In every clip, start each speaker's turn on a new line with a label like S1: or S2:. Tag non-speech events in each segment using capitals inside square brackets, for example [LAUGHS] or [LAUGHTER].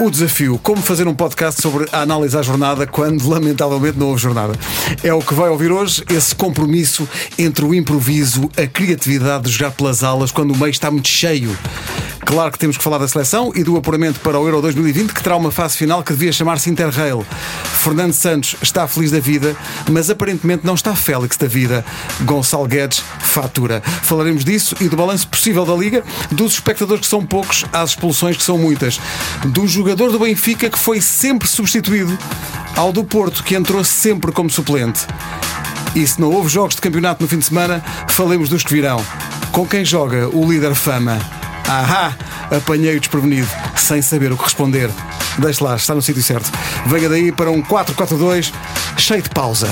S1: O desafio: como fazer um podcast sobre a análise à jornada quando lamentavelmente não houve jornada. É o que vai ouvir hoje, esse compromisso entre o improviso, a criatividade de jogar pelas alas quando o meio está muito cheio. Claro que temos que falar da seleção e do apuramento para o Euro 2020, que terá uma fase final que devia chamar-se Interrail. Fernando Santos está feliz da vida, mas aparentemente não está Félix da vida. Gonçalo Guedes fatura. Falaremos disso e do balanço possível da Liga, dos espectadores que são poucos às expulsões que são muitas, do jogador do Benfica que foi sempre substituído, ao do Porto que entrou sempre como suplente. E se não houve jogos de campeonato no fim de semana, falemos dos que virão. Com quem joga o líder fama? Ahá! Apanhei o desprevenido, sem saber o que responder. Deixe lá, está no sítio certo. Venha daí para um 4-4-2 cheio de pausa.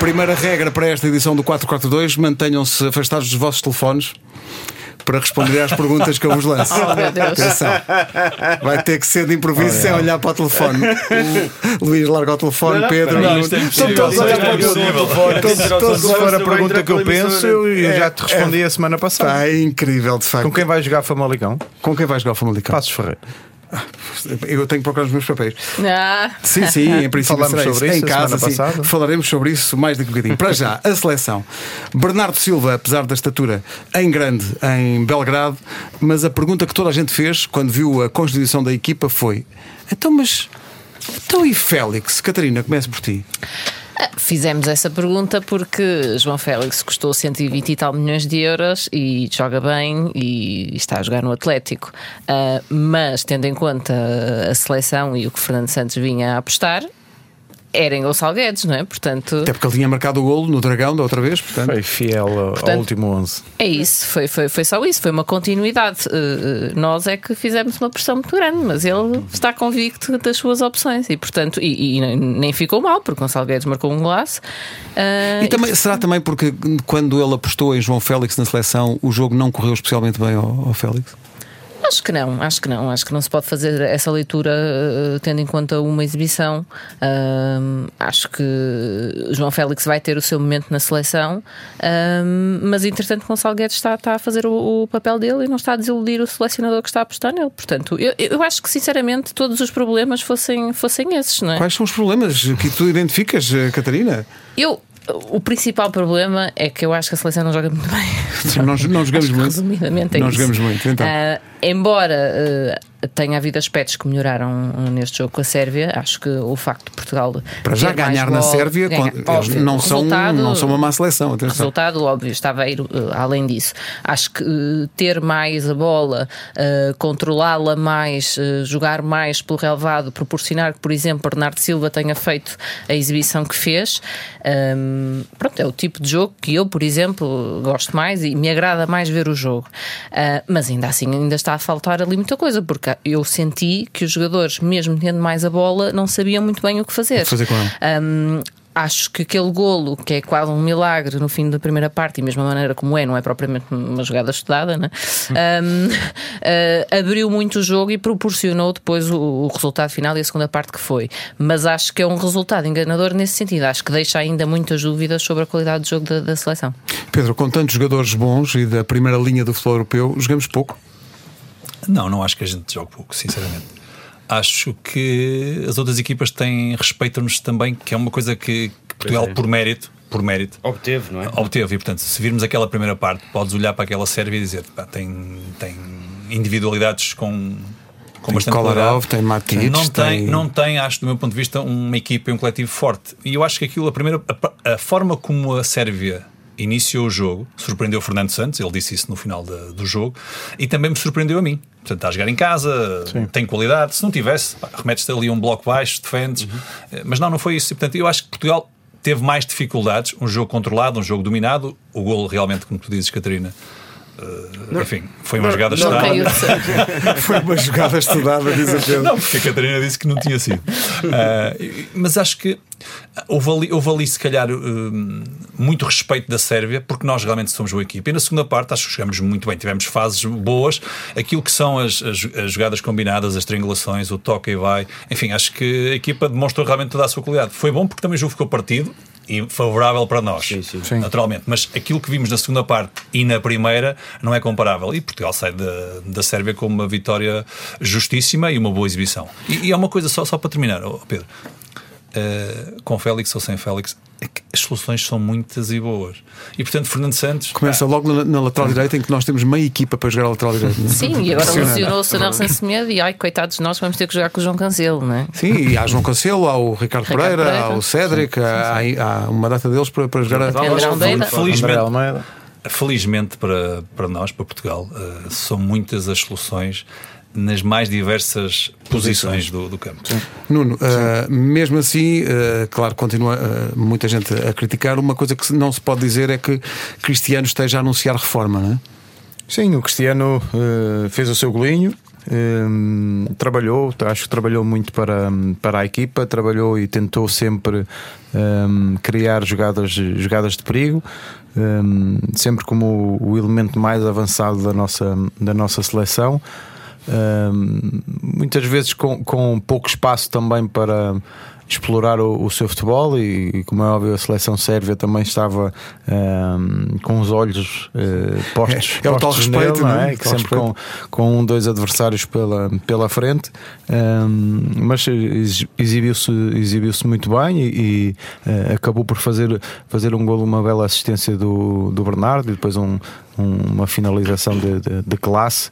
S1: Primeira regra para esta edição do 442: mantenham-se afastados dos vossos telefones para responder às perguntas que eu vos lanço.
S2: [LAUGHS] Oh, meu Deus.
S1: Atenção. Vai ter que ser de improviso sem olhar para o
S3: [LAUGHS]
S1: telefone. Lu- Luís larga o telefone, Pedro.
S3: não,
S1: Nuno.
S3: isto é
S1: Estão
S3: impossível.
S1: todos a olhar
S3: Isto é
S1: para o teu
S3: impossível.
S1: telefone.
S4: Todos, todos
S5: Então, Se
S4: a
S5: for
S4: olhar
S5: a
S4: para
S5: pergunta
S4: entrar
S5: que eu
S4: pela
S5: penso,
S4: emissora.
S5: eu eu já te respondi a semana passada.
S1: [LAUGHS] Pá, é incrível, de facto.
S5: Com quem vai jogar Famalicão?
S1: Com quem vais jogar o Famalicão?
S5: Passos Ferreira.
S1: Eu tenho que procurar os meus papéis.
S2: Ah,
S1: Sim, sim, em princípio
S5: Falámos
S1: será
S5: sobre
S1: Em
S5: isso a
S1: casa,
S5: semana
S1: sim,
S5: passada.
S1: falaremos sobre isso mais daqui a bocadinho. Para já, a seleção. Bernardo Silva, apesar da estatura em grande em Belgrado, mas a pergunta que toda a gente fez quando viu a constituição da equipa foi: então, mas. Então e Félix? Catarina, começo por ti.
S2: Ah, Fizemos essa pergunta porque João Félix custou 120 e tal milhões de euros e joga bem e está a jogar no Atlético. Ah, mas, tendo em conta a seleção e o que Fernando Santos vinha a apostar, era em Gonçalo Guedes, não é? Portanto,
S1: Até porque ele tinha marcado o golo no Dragão da outra vez, portanto.
S5: Foi fiel ao-
S2: Portanto-
S5: ao último 11.
S2: é isso. Foi, foi, foi só isso. Foi uma continuidade. Ah, ah, nós é que fizemos uma pressão muito grande, mas ele está convicto das suas opções e, portanto, e, e nem- nem ficou mal, porque Gonçalo Guedes marcou um golaço. Ah,
S1: E também, será também porque quando ele apostou em João Félix na seleção, o jogo não correu especialmente bem ao, ao Félix?
S2: Acho que não, acho que não. Acho que não se pode fazer essa leitura eh, tendo em conta uma exibição. Ahm, acho que João Félix vai ter o seu momento na seleção, ahm, mas entretanto Gonçalo Guedes está, está a fazer o, o papel dele e não está a desiludir o selecionador que está a apostar nele. Portanto, eu, eu acho que sinceramente todos os problemas fossem, fossem esses, não é?
S1: Quais são os problemas que tu identificas, eh, Catarina?
S2: Eu, o principal problema é que eu acho que a seleção não joga muito bem. [LAUGHS]
S1: Sim, nós, nós jogamos
S2: Acho que
S1: muito.
S2: Resumidamente é
S1: Nós
S2: isso.
S1: jogamos muito, então.
S2: Ah, embora ah, tenha havido aspectos que melhoraram ah, neste jogo com a Sérvia, acho que o facto de Portugal.
S1: Para já ganhar na Sérvia, quando- eles não, são, um, não são uma má seleção.
S2: o
S1: Atenção.
S2: resultado, óbvio, estava a ir uh, além disso. Acho que uh, ter mais a bola, uh, controlá-la mais, uh, jogar mais pelo relevado, proporcionar que, por exemplo, Bernardo Silva tenha feito a exibição que fez, um, pronto, é o tipo de jogo que eu, por exemplo, gosto mais e me agrada mais ver o jogo. Uh, mas ainda assim, ainda está a faltar ali muita coisa, porque eu senti que os jogadores, mesmo tendo mais a bola, não sabiam muito bem o que fazer.
S1: fazer com ela.
S2: Hum, acho que aquele golo, que é quase um milagre no fim da primeira parte, e mesma maneira como é, não é propriamente uma jogada estudada, né? Hum, eh, abriu muito o jogo e proporcionou depois o, o resultado final e a segunda parte que foi. Mas acho que é um resultado enganador nesse sentido. Acho que deixa ainda muitas dúvidas sobre a qualidade de jogo da, da seleção.
S1: Pedro, com tantos jogadores bons e da primeira linha do futebol europeu, jogamos pouco.
S3: Não, não acho que a gente jogue pouco, sinceramente. Acho que as outras equipas têm respeitam-nos também, que é uma coisa que, que Portugal, por mérito, por mérito,
S4: Obteve, é. não é?
S3: obteve. E portanto, se virmos aquela primeira parte, podes olhar para aquela Sérvia e dizer pá, tem, tem individualidades com. Com
S1: Tem
S3: bastante
S1: Kolarov,
S3: qualidade.
S1: tem Matić,
S3: não tem,
S1: tem-
S3: não tem, acho, do meu ponto de vista, uma equipa e um coletivo forte. E eu acho que aquilo, a primeira, a, a forma como a Sérvia iniciou o jogo, surpreendeu o Fernando Santos, ele disse isso no final da- do jogo, e também me surpreendeu a mim. Portanto, está a jogar em casa, tem qualidade, se não tivesse, pá, remetes-te ali a um bloco baixo, defendes, Eh, mas não, não foi isso. E, portanto, eu acho que Portugal teve mais dificuldades, um jogo controlado, um jogo dominado, o golo realmente, como tu dizes, Catarina, eh, enfim, foi uma jogada
S2: Não
S3: estável.
S2: caiu de santo.
S1: Foi uma jogada estudada, diz a Pedro.
S3: Não, porque a Catarina disse que não tinha sido. Ah, e- mas acho que Houve ali, houve ali, se calhar, hum, muito respeito da Sérvia, porque nós realmente somos boa equipa. E na segunda parte, acho que chegamos muito bem. Tivemos fases boas. Aquilo que são as, as- as jogadas combinadas, as triangulações, o toca e vai. Enfim, acho que a equipa demonstrou realmente toda a sua qualidade. Foi bom porque também o jogo ficou partido e favorável para nós,
S5: Sim.
S3: naturalmente. Mas aquilo que vimos na segunda parte e na primeira não é comparável. E Portugal sai da, da Sérvia com uma vitória justíssima e uma boa exibição. E, e há uma coisa só, só para terminar, oh, Pedro. Uh, com Félix ou sem Félix, é que as soluções são muitas e boas. E portanto, Fernando Santos.
S1: Começa logo na, na lateral direita, em que nós temos meia equipa para jogar a lateral direita. não é?
S2: Sim, e agora
S1: Impressionante.
S2: lesionou-se o Nelson Semedo e ai, coitados de nós, vamos ter que jogar com o João Cancelo, não é?
S1: Sim, e há João Cancelo, há o Ricardo, Pereira,
S2: Pereira.
S1: há o Cédric, há, há uma data deles para, para jogar a.
S2: Até André Almeida.
S5: André
S3: Felizmente,
S5: Almeida.
S3: Felizmente para, para nós, para Portugal, eh, são muitas as soluções nas mais diversas posições do, do campo.
S1: Nuno, ah, mesmo assim, ah, claro, continua ah, muita gente a criticar. Uma coisa que se- não se pode dizer é que Cristiano esteja a anunciar reforma, não é?
S5: Sim, o Cristiano eh, fez o seu golinho. eh, trabalhou, acho que trabalhou muito para, para a equipa, trabalhou e tentou sempre eh, criar jogadas, jogadas de perigo, eh, sempre como o, o elemento mais avançado da nossa, da nossa seleção. Hum, muitas vezes com, com pouco espaço também para explorar o, o seu futebol e, e, como é óbvio a seleção sérvia também estava hum, com os olhos eh, postos,
S1: É- é o tal
S5: postos
S1: respeito,
S5: nele,
S1: não é?
S5: Que
S1: Tal
S5: sempre
S1: respeito.
S5: com, com um, dois adversários pela, pela frente hum, mas exi- exibiu-se exibiu-se muito bem e, e, eh, acabou por fazer, fazer um golo uma bela assistência do, do Bernardo e depois um, um- uma finalização de, de- de classe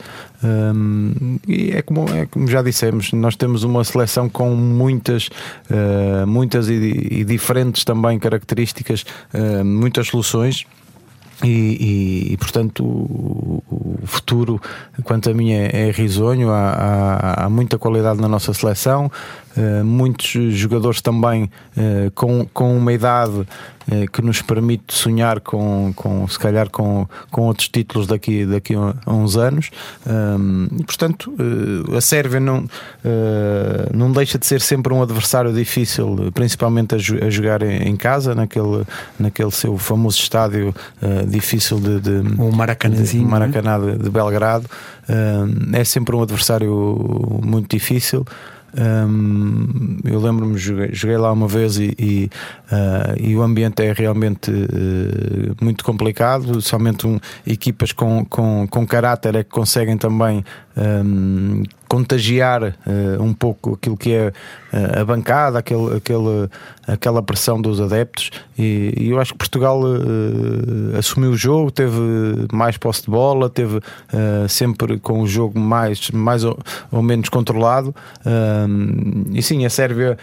S5: Hum, e é como, é como já dissemos, nós temos uma seleção com muitas, eh, muitas e, e diferentes também características, eh, muitas soluções. E, e- e, portanto o, o- o futuro quanto a mim é, é risonho há, há- há muita qualidade na nossa seleção eh, muitos jogadores também eh, com, com uma idade eh, que nos permite sonhar com, com se calhar com, com outros títulos daqui, daqui a uns anos Hum, e, portanto eh, a Sérvia não, eh, não deixa de ser sempre um adversário difícil principalmente a, jo- a jogar em, em casa naquele, naquele seu famoso estádio eh, difícil de, de-
S1: O Maracanãzinho, né?
S5: de- Maracaná de, de Belgrado Hum, é sempre um adversário muito difícil Hum, eu lembro-me, joguei, joguei lá uma vez e, e, ah, e o ambiente é realmente eh, muito complicado. Somente um- equipas com, com, com caráter é que conseguem também hum, contagiar eh, um pouco aquilo que é eh, a bancada, aquele, aquele, aquela pressão dos adeptos. E, e eu acho que Portugal eh, assumiu o jogo, teve mais posse de bola, teve eh, sempre com o jogo mais, mais ou, ou menos controlado. Hum, e sim, a Sérvia.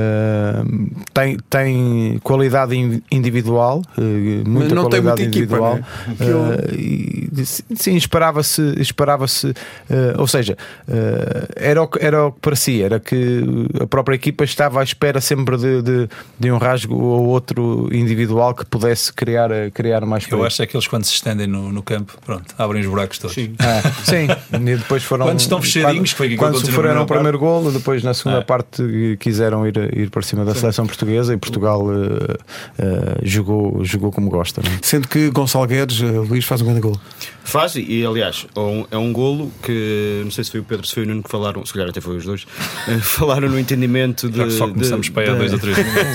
S5: hum, tem, tem qualidade in- individual, eh, muita
S1: não tem
S5: qualidade
S1: muita equipa,
S5: individual.
S1: né? Aquilo-
S5: Eh, e, sim, esperava-se, esperava-se, eh, ou seja, eh, era, o que, era o que parecia, era que a própria equipa estava à espera sempre de, de, de um rasgo ou outro individual que pudesse criar, eh, criar mais
S3: Eu
S5: perigo.
S3: acho é que eles, quando se estendem no, no campo, pronto, abrem os buracos todos.
S5: Ah, sim, e depois foram
S3: Quando estão fechadinhos, que foi o que
S5: quando, quando
S3: aconteceu na
S5: sofreram o
S3: primeira
S5: primeiro golo, depois na segunda
S3: Ah.
S5: parte eh, quiseram ir, ir para cima da seleção portuguesa e Portugal eh, eh, jogou, jogou como gosta. não é?
S1: Sendo que Gonçalo Guedes, eh, Luís, faz um grande gol.
S4: Faz, e aliás, é um- é um golo que não sei se foi o Pedro, se foi o Nuno que falaram, se calhar até foi os dois, [LAUGHS] eh, falaram no entendimento de,
S3: Já que só
S4: de-
S3: começamos para aí há
S4: da-
S3: dois ou três
S4: [LAUGHS]
S3: minutos.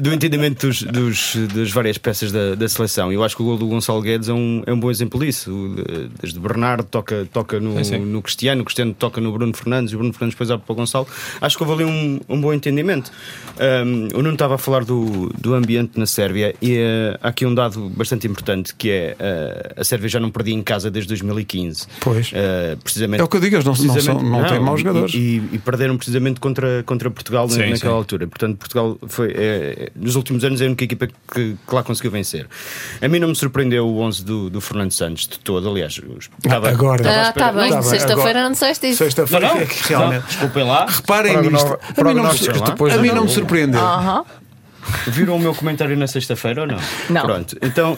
S4: do entendimento dos, dos- das várias peças da, da seleção. Eu acho que o gol do Gonçalo Guedes é um, é um bom exemplo disso. O, eh, Desde Bernardo toca, toca no,
S3: Sim, sim.
S4: no Cristiano, o Cristiano toca no Bruno Fernandes e o Bruno Fernandes depois abre para o Gonçalo. Acho que houve ali um, um bom entendimento. Ahm, o Nuno estava a falar do, do ambiente na Sérvia e eh, há aqui um dado bastante importante que é eh, a Sérvia já não perdia em casa desde 2015.
S1: Pois.
S4: Eh, precisamente
S1: É o que eu digo, eles não, não, são, não têm maus
S4: e-
S1: jogadores.
S4: E, e perderam precisamente contra, contra Portugal na-
S3: Sim,
S4: naquela
S3: sim.
S4: altura. Portanto, Portugal foi, é, nos últimos anos é a única equipa que, que lá conseguiu vencer. A mim não me surpreendeu o 11 do, do Fernando Santos de todo. Aliás, eu estava,
S1: Agora.
S4: estava à
S2: Ah,
S4: espera-
S2: está bem,
S1: Tá bem,
S2: sexta-feira não disseste isso.
S1: Sexta-feira
S4: Não, não.
S1: é que [LAUGHS] realmente.
S4: Desculpem lá,
S1: Reparem nisto.
S5: Prognóstico-
S1: A mim não me sur-
S5: prognósticos depois
S1: a
S5: do
S1: mim né? não
S5: jogo.
S1: me surpreendeu.
S2: Aham.
S4: viram o meu comentário na sexta-feira ou não?
S2: Não.
S4: Pronto, então.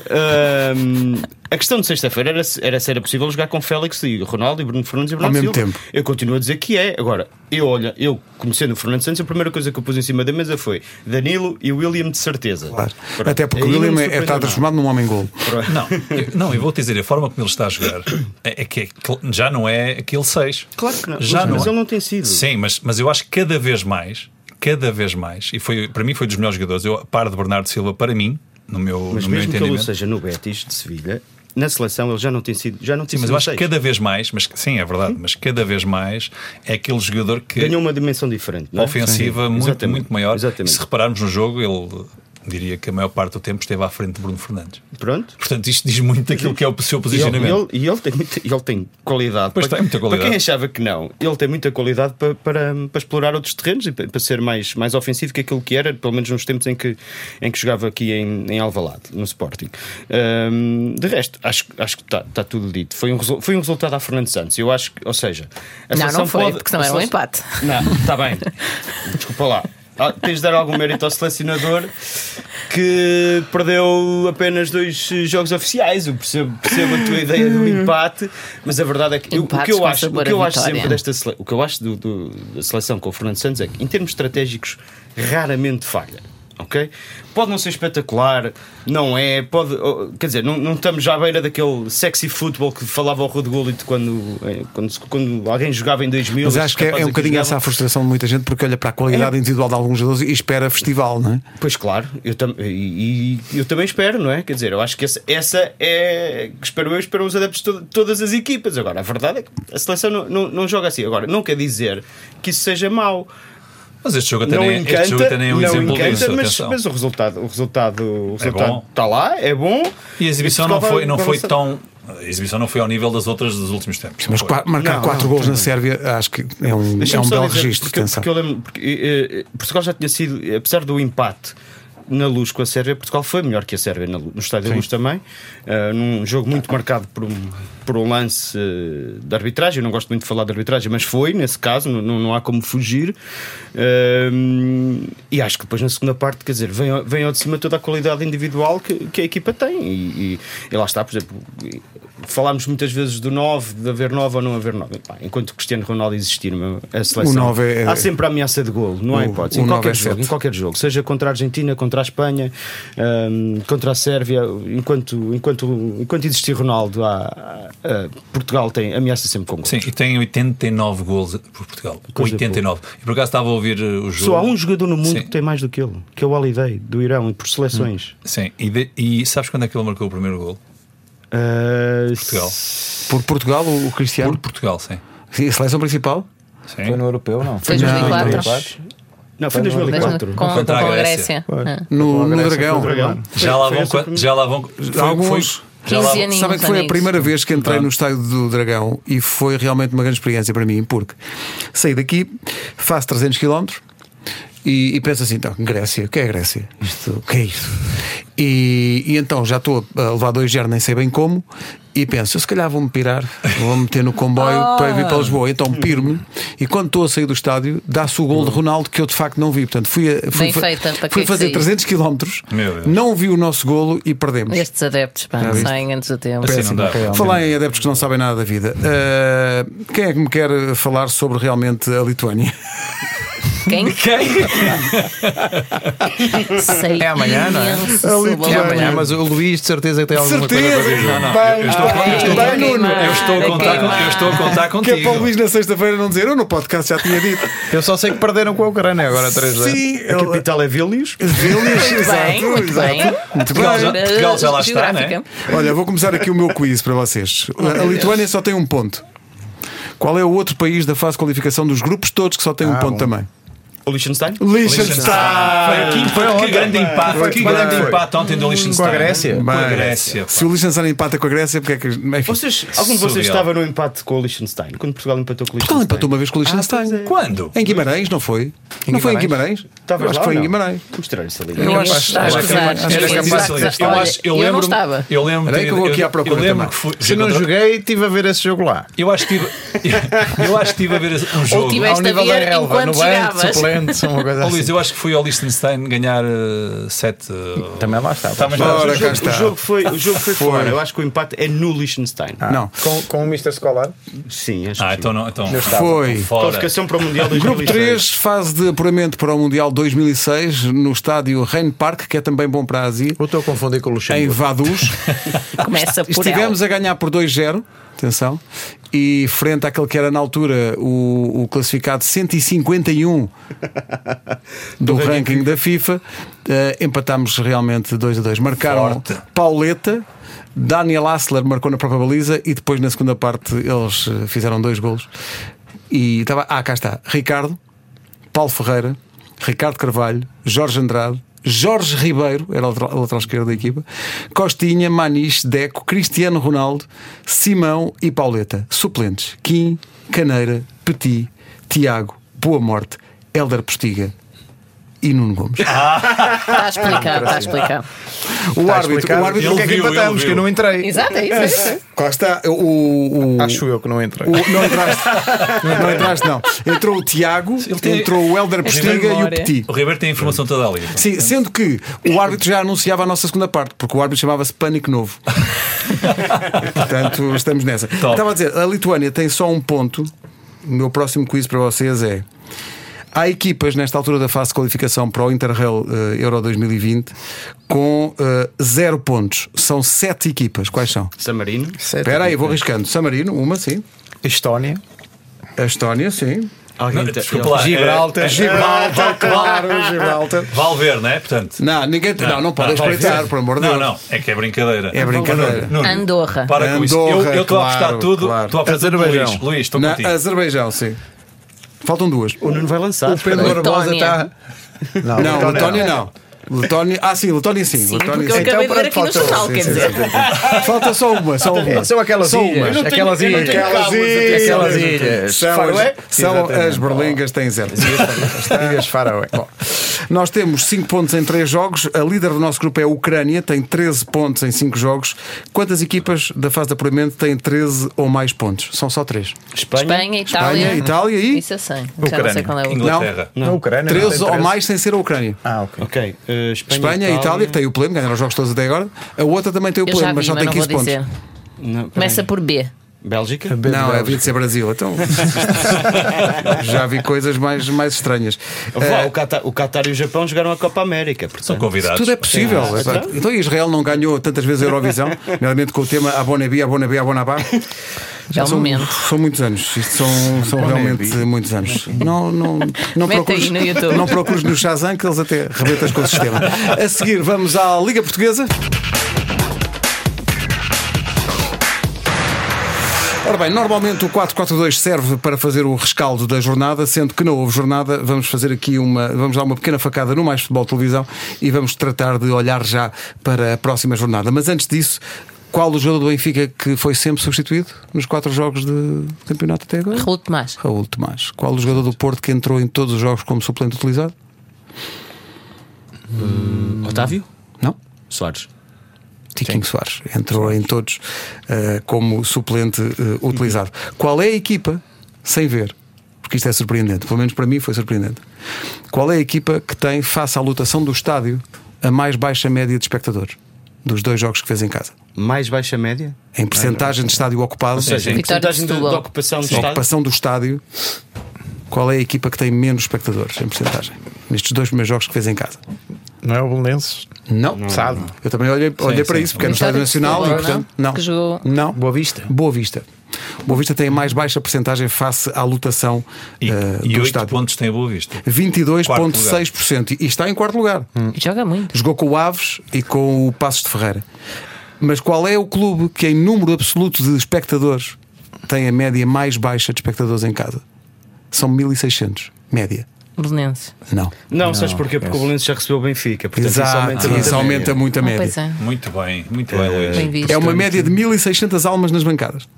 S4: hum, A questão de sexta-feira era, se- era se era possível jogar com Félix e Ronaldo e Bruno Fernandes e Bruno
S1: mesmo
S4: Silva.
S1: tempo.
S4: Eu continuo a dizer que é. Agora, eu olha, eu conhecendo o Fernando Santos, a primeira coisa que eu pus em cima da mesa foi Danilo e William de certeza.
S1: Claro.
S4: Pronto.
S1: Até porque
S4: Aí
S1: o
S4: não me
S1: William é-
S4: surpreendeu
S1: está
S4: nada.
S1: transformado num homem gol.
S3: Não, eu, não, eu vou te dizer, a forma como ele está a jogar é, é que é cl- já não é aquele 6.
S4: Claro que não.
S3: Já
S4: Mas-
S3: não
S4: mas
S3: é.
S4: ele não tem sido.
S3: Sim, mas, mas eu acho que cada vez mais, cada vez mais, e foi, para mim foi dos melhores jogadores, eu, a par de Bernardo Silva, para mim, no meu,
S4: Mas
S3: no meu
S4: mesmo que ele
S3: entendimento.
S4: seja no Betis de Sevilha, na seleção ele já não tem sido. Já não tem
S3: Sim, mas
S4: sido
S3: eu
S4: um
S3: acho que
S4: seis.
S3: cada vez mais, mas sim, é verdade, mas cada vez mais é aquele jogador que
S4: ganhou uma dimensão diferente. Não é?
S3: ofensiva
S4: Sim.
S3: muito,
S4: Exatamente.
S3: muito maior.
S4: Exatamente.
S3: Se repararmos no jogo, ele diria que a maior parte do tempo esteve à frente de Bruno Fernandes.
S4: Pronto.
S3: Portanto, isto diz muito daquilo que é o seu
S4: E ele,
S3: posicionamento.
S4: e ele- e ele tem muita, ele tem qualidade.
S3: Pois
S4: para,
S3: tem muita qualidade.
S4: Para quem achava que não, ele tem muita qualidade para, para, para explorar outros terrenos e para, para ser mais, mais ofensivo que aquilo que era, pelo menos nos tempos em que, em que jogava aqui em, em Alvalade, no Sporting. Hum, de resto, acho, acho que está está tudo dito. Foi um, resu- foi um resultado a Fernando Santos. Eu acho que, ou seja, a
S2: Não,
S4: seleção
S2: não foi,
S4: pode-
S2: porque senão
S4: a
S2: era um
S4: seleção-
S2: empate.
S4: Não, está bem. Desculpa lá. Ah, tens de dar algum mérito ao selecionador que perdeu apenas dois eh, jogos oficiais. Eu percebo, percebo a tua ideia do empate, mas a verdade é que eu- o
S2: Empates
S4: que eu
S2: com
S4: acho,
S2: sabor
S4: o que eu
S2: à
S4: acho
S2: vitória.
S4: sempre desta sele- o que eu acho do- do- da seleção com o Fernando Santos é que, em termos estratégicos, raramente falha. ok? Pode não ser espetacular, não é? Pode, oh, quer dizer, não, não estamos já à beira daquele sexy futebol que falava o Rod Gullit quando, eh, quando, se- quando alguém jogava em 2000.
S1: Mas
S4: esses
S1: acho que é- é
S4: rapazes
S1: um
S4: aqui
S1: bocadinho essa
S4: jogavam.
S1: a frustração de muita gente porque olha para a
S4: É.
S1: qualidade individual de alguns jogadores e espera festival, não é?
S4: Pois claro, eu, tam e, e eu também espero, não é? Quer dizer, eu acho que essa, essa é. Espero eu, espero os adeptos de to- todas as equipas. Agora, a verdade é que a seleção não, não, não joga assim. Agora, não quer dizer que isso seja mau.
S3: Mas este jogo até
S4: Não
S3: nem, este jogo
S4: encanta,
S3: até nem é um
S4: não
S3: exemplo
S4: encanta,
S3: disso.
S4: mas,
S3: atenção.
S4: mas o resultado, o resultado, o resultado
S3: bom.
S4: está lá, é bom.
S3: E a exibição
S4: E
S3: não
S4: Portugal
S3: foi, não
S4: vai-
S3: foi
S4: vai
S3: tão. A exibição não foi ao nível das outras dos últimos tempos.
S1: Mas
S3: Não foi.
S1: qua- marcar
S4: Não,
S1: quatro
S4: não,
S1: gols na
S4: também.
S1: Sérvia acho que é um, é
S4: Deixa-me
S1: um
S4: só
S1: belo
S4: dizer,
S1: registro.
S4: Porque,
S1: atenção.
S4: porque eu lembro, porque, eh, eh, Portugal já tinha sido, apesar do empate na luz com a Sérvia, Portugal foi melhor que a Sérvia na Luz, no estádio da luz também. eh, num jogo muito marcado por um, por um lance eh, de arbitragem. Eu não gosto muito de falar de arbitragem, mas foi nesse caso, não, não- não há como fugir. Eh, e acho que depois na segunda parte, quer dizer, vem, ao- vem ao de cima toda a qualidade individual que, que a equipa tem. E, e- e lá está, por exemplo, falámos muitas vezes do 9, de haver 9 ou não haver 9. Pá, enquanto o Cristiano Ronaldo existir, meu, a seleção.
S1: O 9 é-
S4: Há sempre a ameaça de golo, não há
S1: O-
S4: hipótese.
S1: o
S4: Em
S1: 9
S4: qualquer,
S1: é
S4: jogo,
S1: certo.
S4: em qualquer jogo, seja contra a Argentina, contra a Espanha, hum, contra a Sérvia, enquanto, enquanto, enquanto existir Ronaldo, há- há- Portugal tem ameaça sempre com golo.
S3: Sim, e tem 89 gols por Portugal.
S4: Coisa
S3: 89. E por acaso estava a ouvir uh, o jogo.
S4: Só há um jogador no mundo
S3: Sim.
S4: que tem mais do que ele, que é o Holiday, do Irão, por seleções.
S3: Sim, e, de- e sabes quando é que ele marcou o primeiro gol?
S4: Ah,
S3: Portugal.
S1: Por Portugal, o o
S3: Por
S1: Cristiano.
S3: Portugal, sim.
S1: Sim, A seleção principal?
S3: Sim.
S5: Foi no europeu, não?
S2: Foi em
S5: Não,
S2: 2004.
S5: não, não.
S4: Não, foi em
S2: Mas
S4: 2004.
S2: com,
S3: Contra a
S2: com a
S3: Grécia.
S2: Grécia. Ah.
S1: No, no
S5: Grécia,
S1: Dragão.
S5: no Dragão.
S3: Já lá
S4: Foi- foi
S3: vão.
S4: essa
S3: qua-
S4: a primeira-
S3: Já lá vão.
S1: Alguns-
S3: já lá
S2: 15
S3: vão-
S2: anos.
S1: Sabem que foi a
S2: amigos.
S1: primeira vez que entrei
S3: Claro.
S1: no estádio do Dragão e foi realmente uma grande experiência para mim, porque saí daqui, faço 300 km e, e penso assim: então, Grécia, o que é Grécia? Isto, o que é isto? E, e então já estou a levar dois dias, nem sei bem como, e penso: eu se calhar vou-me pirar, vou-me meter no
S2: [LAUGHS]
S1: comboio
S2: Ah.
S1: para vir para Lisboa. Então piro-me, e quando estou a sair do estádio, dá-se o gol de Ronaldo que eu de facto não vi. Portanto, fui, a- fui,
S2: Bem
S1: fa-
S2: feita, para
S1: fui
S2: que
S1: fazer 300
S2: saíste?
S1: km,
S3: Meu Deus.
S1: não vi o nosso golo e perdemos.
S2: Estes adeptos, pá,
S1: Já viste?
S2: saem antes do tempo.
S3: Assim não dá.
S5: Realmente.
S1: Falar em adeptos que não sabem nada da vida, uh, quem é que me quer falar sobre realmente a Lituânia?
S2: Quem
S3: Quem?
S2: sei
S5: É amanhã, não é?
S2: imenso
S1: Ali
S2: sobre
S1: tudo
S5: É
S2: a
S5: amanhã,
S2: Alemanha.
S5: mas o Luís de certeza que tem alguma coisa para dizer.
S1: Certeza! Bem,
S3: estou a-
S1: bem,
S3: eu estou a-
S1: bem, Nuno.
S2: queimar.
S3: Eu estou a contar com- eu estou a contar
S1: Que é para o
S3: contigo.
S1: Luís na sexta-feira não dizer, eu no podcast já tinha dito.
S5: Eu só sei que perderam com a Ucrânia agora 3 0
S1: Sim,
S4: A
S1: ele-
S4: capital é Vilnius.
S1: [LAUGHS] Vilnius, exato,
S2: muito
S1: exato.
S2: bem.
S1: Muito
S3: Portugal já-
S1: bem.
S3: Portugal já lá está,
S2: Geográfica.
S3: né?
S1: Olha, vou começar aqui o meu quiz para vocês. A Lituânia só tem um ponto. Qual é o outro país da fase de qualificação dos grupos todos que só tem um ponto também?
S4: O Liechtenstein?
S3: Liechtenstein. Foi
S4: Foi
S3: que
S4: ontem,
S3: grande
S4: pá.
S3: empate. Que
S5: Foi.
S3: grande
S5: Foi.
S3: empate ontem do Liechtenstein.
S5: Com a Grécia?
S3: Com a
S1: Bem,
S3: Grécia. pá.
S1: Se o Liechtenstein empata com a Grécia, porque é que. Enfim,
S4: Vocês, algum de vocês
S3: Surreal. Então
S4: estava no empate com o Liechtenstein? Quando Portugal empatou com o
S1: Portugal
S4: Liechtenstein?
S1: empatou uma vez com o Liechtenstein.
S3: Quando?
S1: Em Guimarães, não foi? Não foi em Guimarães?
S4: Estavas
S1: Eu acho
S4: lá
S1: que foi
S4: ou
S1: em
S4: não?
S1: Guimarães.
S4: Vou mostrar isso ali.
S2: Eu acho acho que
S3: Era
S2: sim.
S3: capaz- era
S2: Sim,
S3: capaz de
S2: sim,
S3: ser
S2: sim.
S3: isso. é Eu
S2: Olha,
S3: acho-
S2: eu
S3: eu
S2: não
S3: lembro-me- [LAUGHS]
S2: estava.
S3: Eu lembro
S1: Peraí que eu vou aqui à procura
S3: Eu lembro
S1: também.
S3: que fui.
S5: Se não joguei, estive a ver esse jogo lá.
S3: Eu acho que estive, eu acho que estive a ver um jogo.
S2: tiveste- Esta
S5: Ao um nível
S2: via
S5: da relva,
S2: enquanto
S5: no banco,
S2: jogavas.
S5: frente, são uma [LAUGHS] coisa
S3: Ó, Luís,
S5: assim.
S3: eu acho que fui ao Liechtenstein ganhar eh, 7.
S5: Também lá está.
S3: Também
S5: pá.
S3: lá
S1: Ora,
S4: o,
S1: cá
S4: jogo,
S1: está.
S4: o jogo foi, o jogo foi,
S1: Foi.
S4: fora. Eu acho que o empate é no Liechtenstein.
S5: tá.
S1: Não.
S5: Com, com o Mr. Scolar?
S4: Sim, acho
S3: Ah,
S4: que
S3: então
S4: sim.
S3: não. Então,
S1: Foi.
S3: fora.
S4: Qualificação para o Mundial
S1: Grupo
S4: 2006.
S1: 3, fase de apuramento para o Mundial 2006, no estádio Rain Park, que é também bom para a Ásia,
S5: Ou estou a confundir com o
S1: em
S5: Luxemburgo?
S1: Vaduz.
S2: Começa por ela.
S1: Estivemos a ganhar por 2-0, atenção, e frente àquele que era na altura o, o classificado [LAUGHS] 151 do ranking da FIFA, eh, empatámos realmente 2 a 2. Marcaram
S3: Forte.
S1: Pauleta, Daniel Assler marcou na própria baliza e depois na segunda parte eles eh, fizeram dois golos. E estava, ah, cá está, Ricardo, Paulo Ferreira, Ricardo Carvalho, Jorge Andrade, Jorge Ribeiro, era o lateral- lateral esquerdo da equipa, Costinha, Maniche, Deco, Cristiano Ronaldo, Simão e Pauleta. Suplentes: Kim, Caneira, Petit, Tiago, Boa Morte, Hélder Postiga e Nuno Gomes.
S2: Está a explicar, está a explicar.
S1: O
S5: Está
S1: árbitro,
S5: tá explicado
S1: o árbitro,
S5: porque é que
S3: Ele viu,
S5: empatamos,
S3: ele
S5: que eu
S3: viu.
S5: não entrei.
S2: Exato, é isso, é isso.
S1: Cá está, o, o-
S5: Acho eu que não entrei.
S1: o- não entraste, não entraste, não. Entrou o Tiago,
S3: tem-
S1: entrou o Hélder Postiga e o
S2: memória.
S1: Petit.
S3: O Ribeiro tem a informação toda ali. então.
S1: Sim, sendo que o árbitro já anunciava a nossa segunda parte, porque o árbitro chamava-se Pânico Novo. [LAUGHS] Portanto, estamos nessa. Estava a dizer, a Lituânia tem só um ponto. O meu próximo quiz para vocês é. Há equipas nesta altura da fase de qualificação para o Interrail eh, Euro 2020 com eh, zero pontos. São sete equipas. Quais são?
S4: Samarino.
S5: Sete.
S1: Espera aí, vou arriscando. Samarino, uma, sim.
S5: Estónia.
S1: A Estónia, sim.
S4: Alguém
S3: Não,
S4: te-
S3: desculpa lá.
S4: é,
S5: Gibraltar.
S1: [LAUGHS] Gibraltar, claro, Gibraltar.
S3: Valver, não é? Portanto.
S1: Não, ninguém. Não, não, pode
S3: Valverde.
S1: espreitar, por amor de
S3: Não,
S1: Deus.
S3: não. É que é brincadeira.
S1: É brincadeira.
S3: Nuno,
S2: Andorra.
S3: Para com isso. Eu
S1: Andorra,
S3: eu estou a apostar
S1: claro,
S3: tudo.
S1: claro.
S3: Estou a apostar tudo.
S5: Azerbaijão.
S3: Luís, Luís, estou
S1: Na
S3: contigo.
S1: Azerbaijão, sim. Faltam duas.
S4: O Nuno vai lançar.
S5: O Pedro
S2: Letónia.
S5: Barbosa está.
S1: tá- Não, Letónia não. Letónia, ah, sim, Letónia sim.
S2: Sim,
S1: Letónia,
S2: porque eu
S1: sim.
S2: acabei de ver aqui no
S5: faltou.
S2: jornal,
S1: Então, Sim,
S2: quer
S1: sim,
S2: dizer.
S1: sim, sim. [LAUGHS] Falta só uma, só uma.
S5: São aquelas
S1: só
S5: ilhas.
S1: Uma.
S5: Aquelas ilhas.
S1: Aquelas ilhas.
S5: Aquelas ilhas.
S1: São, as,
S5: Faroé?
S1: são
S5: Exatamente.
S1: as berlingas, têm zero.
S5: Ilhas Faroé. Bom,
S1: Nós temos 5 pontos em 3 jogos. A líder do nosso grupo é a Ucrânia, tem 13 pontos em 5 jogos. Quantas equipas da fase de apuramento têm 13 ou mais pontos? São só 3.
S2: Espanha, Itália.
S1: Espanha, Itália e-
S2: Isso eu sei. Já não sei
S5: Ucrânia.
S2: qual é o.
S3: Inglaterra.
S5: na Ucrânia. não
S1: 13
S5: tem
S1: ou
S5: 13.
S1: mais sem ser a Ucrânia.
S5: Ah, ok.
S4: Ok. eh,
S1: Espanha e Itália, que tem o pleno, ganharam os jogos todos até agora. A outra também tem o
S2: Eu
S1: pleno,
S2: já
S1: mas
S2: vi,
S1: só
S2: mas
S1: tem
S2: não vou
S1: 15 pontos.
S2: dizer.
S4: Não, peraí.
S2: Começa por B.
S4: Bélgica.
S1: Não, havia de ser Brasil. Então [LAUGHS] já vi coisas mais, mais estranhas. Eh, É.
S4: Vá, o, Qatar, o Qatar e o Japão jogaram a Copa América.
S3: São
S4: Portanto,
S1: Ah,
S3: convidados.
S1: Tudo é possível.
S4: Sim.
S1: Exato. Então Israel não ganhou tantas vezes a [LAUGHS] Eurovisão, nomeadamente com o tema Abonabi, Abonabi, Abonabá.
S2: Já é o
S1: são,
S2: momento.
S1: são muitos anos, isto são, são realmente muitos anos. Não, não, não,
S2: [LAUGHS] Mete
S1: procures,
S2: aí no YouTube.
S1: não procures no Shazam que eles até rebentas com o sistema. A seguir vamos à Liga Portuguesa. Ora bem, normalmente o 4-4-2 serve para fazer o rescaldo da jornada, sendo que não houve jornada, vamos fazer aqui uma, vamos dar uma pequena facada no Mais Futebol Televisão e vamos tratar de olhar já para a próxima jornada. Mas antes disso, qual o jogador do Benfica que foi sempre substituído nos quatro jogos de campeonato até agora?
S2: Raul Tomás.
S1: Raul Tomás. Qual o jogador do Porto que entrou em todos os jogos como suplente utilizado?
S4: Otávio?
S1: Não?
S4: Soares.
S1: Tiquinho Soares. Entrou em todos eh, como suplente eh, utilizado. Qual é a equipa, sem ver, porque isto é surpreendente, pelo menos para mim foi surpreendente. Qual é a equipa que tem, face à lotação do estádio, a mais baixa média de espectadores dos dois jogos que fez em casa?
S4: Mais baixa média?
S1: Em percentagem de estádio ocupado,
S4: Ou seja, é um em
S2: Vitória de
S4: porcentagem de, de
S2: Setúbal.
S4: ocupação do
S1: a
S4: Estado.
S1: ocupação do estádio, qual é a equipa que tem menos espectadores em percentagem? Nestes dois primeiros jogos que fez em casa?
S5: Não é o Belenenses?
S1: Não,
S5: Sabe?
S1: Eu também olhei, olhei para isso, porque é no
S2: Vitória
S1: Estádio
S2: de
S1: Nacional e
S2: Setúbal,
S1: portanto.
S2: não? é?
S1: Não.
S2: Que jogou-
S1: Não.
S5: Boa Vista.
S1: Boa Vista. Boa Vista tem a mais baixa porcentagem face à lotação
S3: E,
S1: eh,
S3: e
S1: do
S3: 8
S1: estádio.
S3: pontos tem a boa vista.
S1: 22,6% e está em quarto lugar.
S2: Joga muito.
S1: Jogou com o Aves e com o Passos de Ferreira. Mas qual é o clube que, em número absoluto de espectadores, tem a média mais baixa de espectadores em casa? São 1.600, média.
S2: Belenenses.
S1: Não.
S4: Não, sabes porquê? Porque o Valencia já recebeu o Benfica. Portanto, isso aumenta
S1: Exato,
S4: muito a
S1: isso aumenta muito a
S2: Ah,
S1: média.
S2: pois é.
S3: Muito bem, muito bem, Luís.
S2: Bem visto.
S1: É uma média de 1600 almas nas bancadas.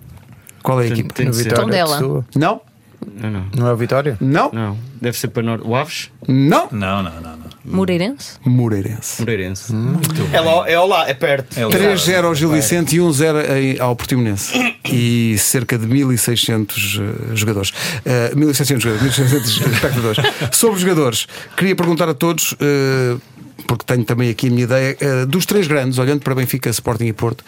S1: Qual é a
S4: média.
S1: equipa?
S5: é
S4: Tem de ser.
S2: Tondela.
S5: de Setúbal.
S1: Não?
S4: Não, não.
S5: Não é o Vitória?
S1: Não,
S4: Não. Deve ser para Norte. O Aves?
S1: não.
S3: Não, não, não. não.
S2: Moreirense?
S1: Moreirense.
S4: Moreirense. É lá, é lá, é perto.
S3: É lá.
S1: 3-0 ao Gil Vicente e 1-0 em- ao Portimonense. E cerca de 1.600 eh, jogadores. Eh, 1.600 jogadores, 1.600 [LAUGHS] espectadores. Sobre os jogadores, queria perguntar a todos, eh, porque tenho também aqui a minha ideia, eh, dos três grandes, olhando para Benfica, Sporting e Porto,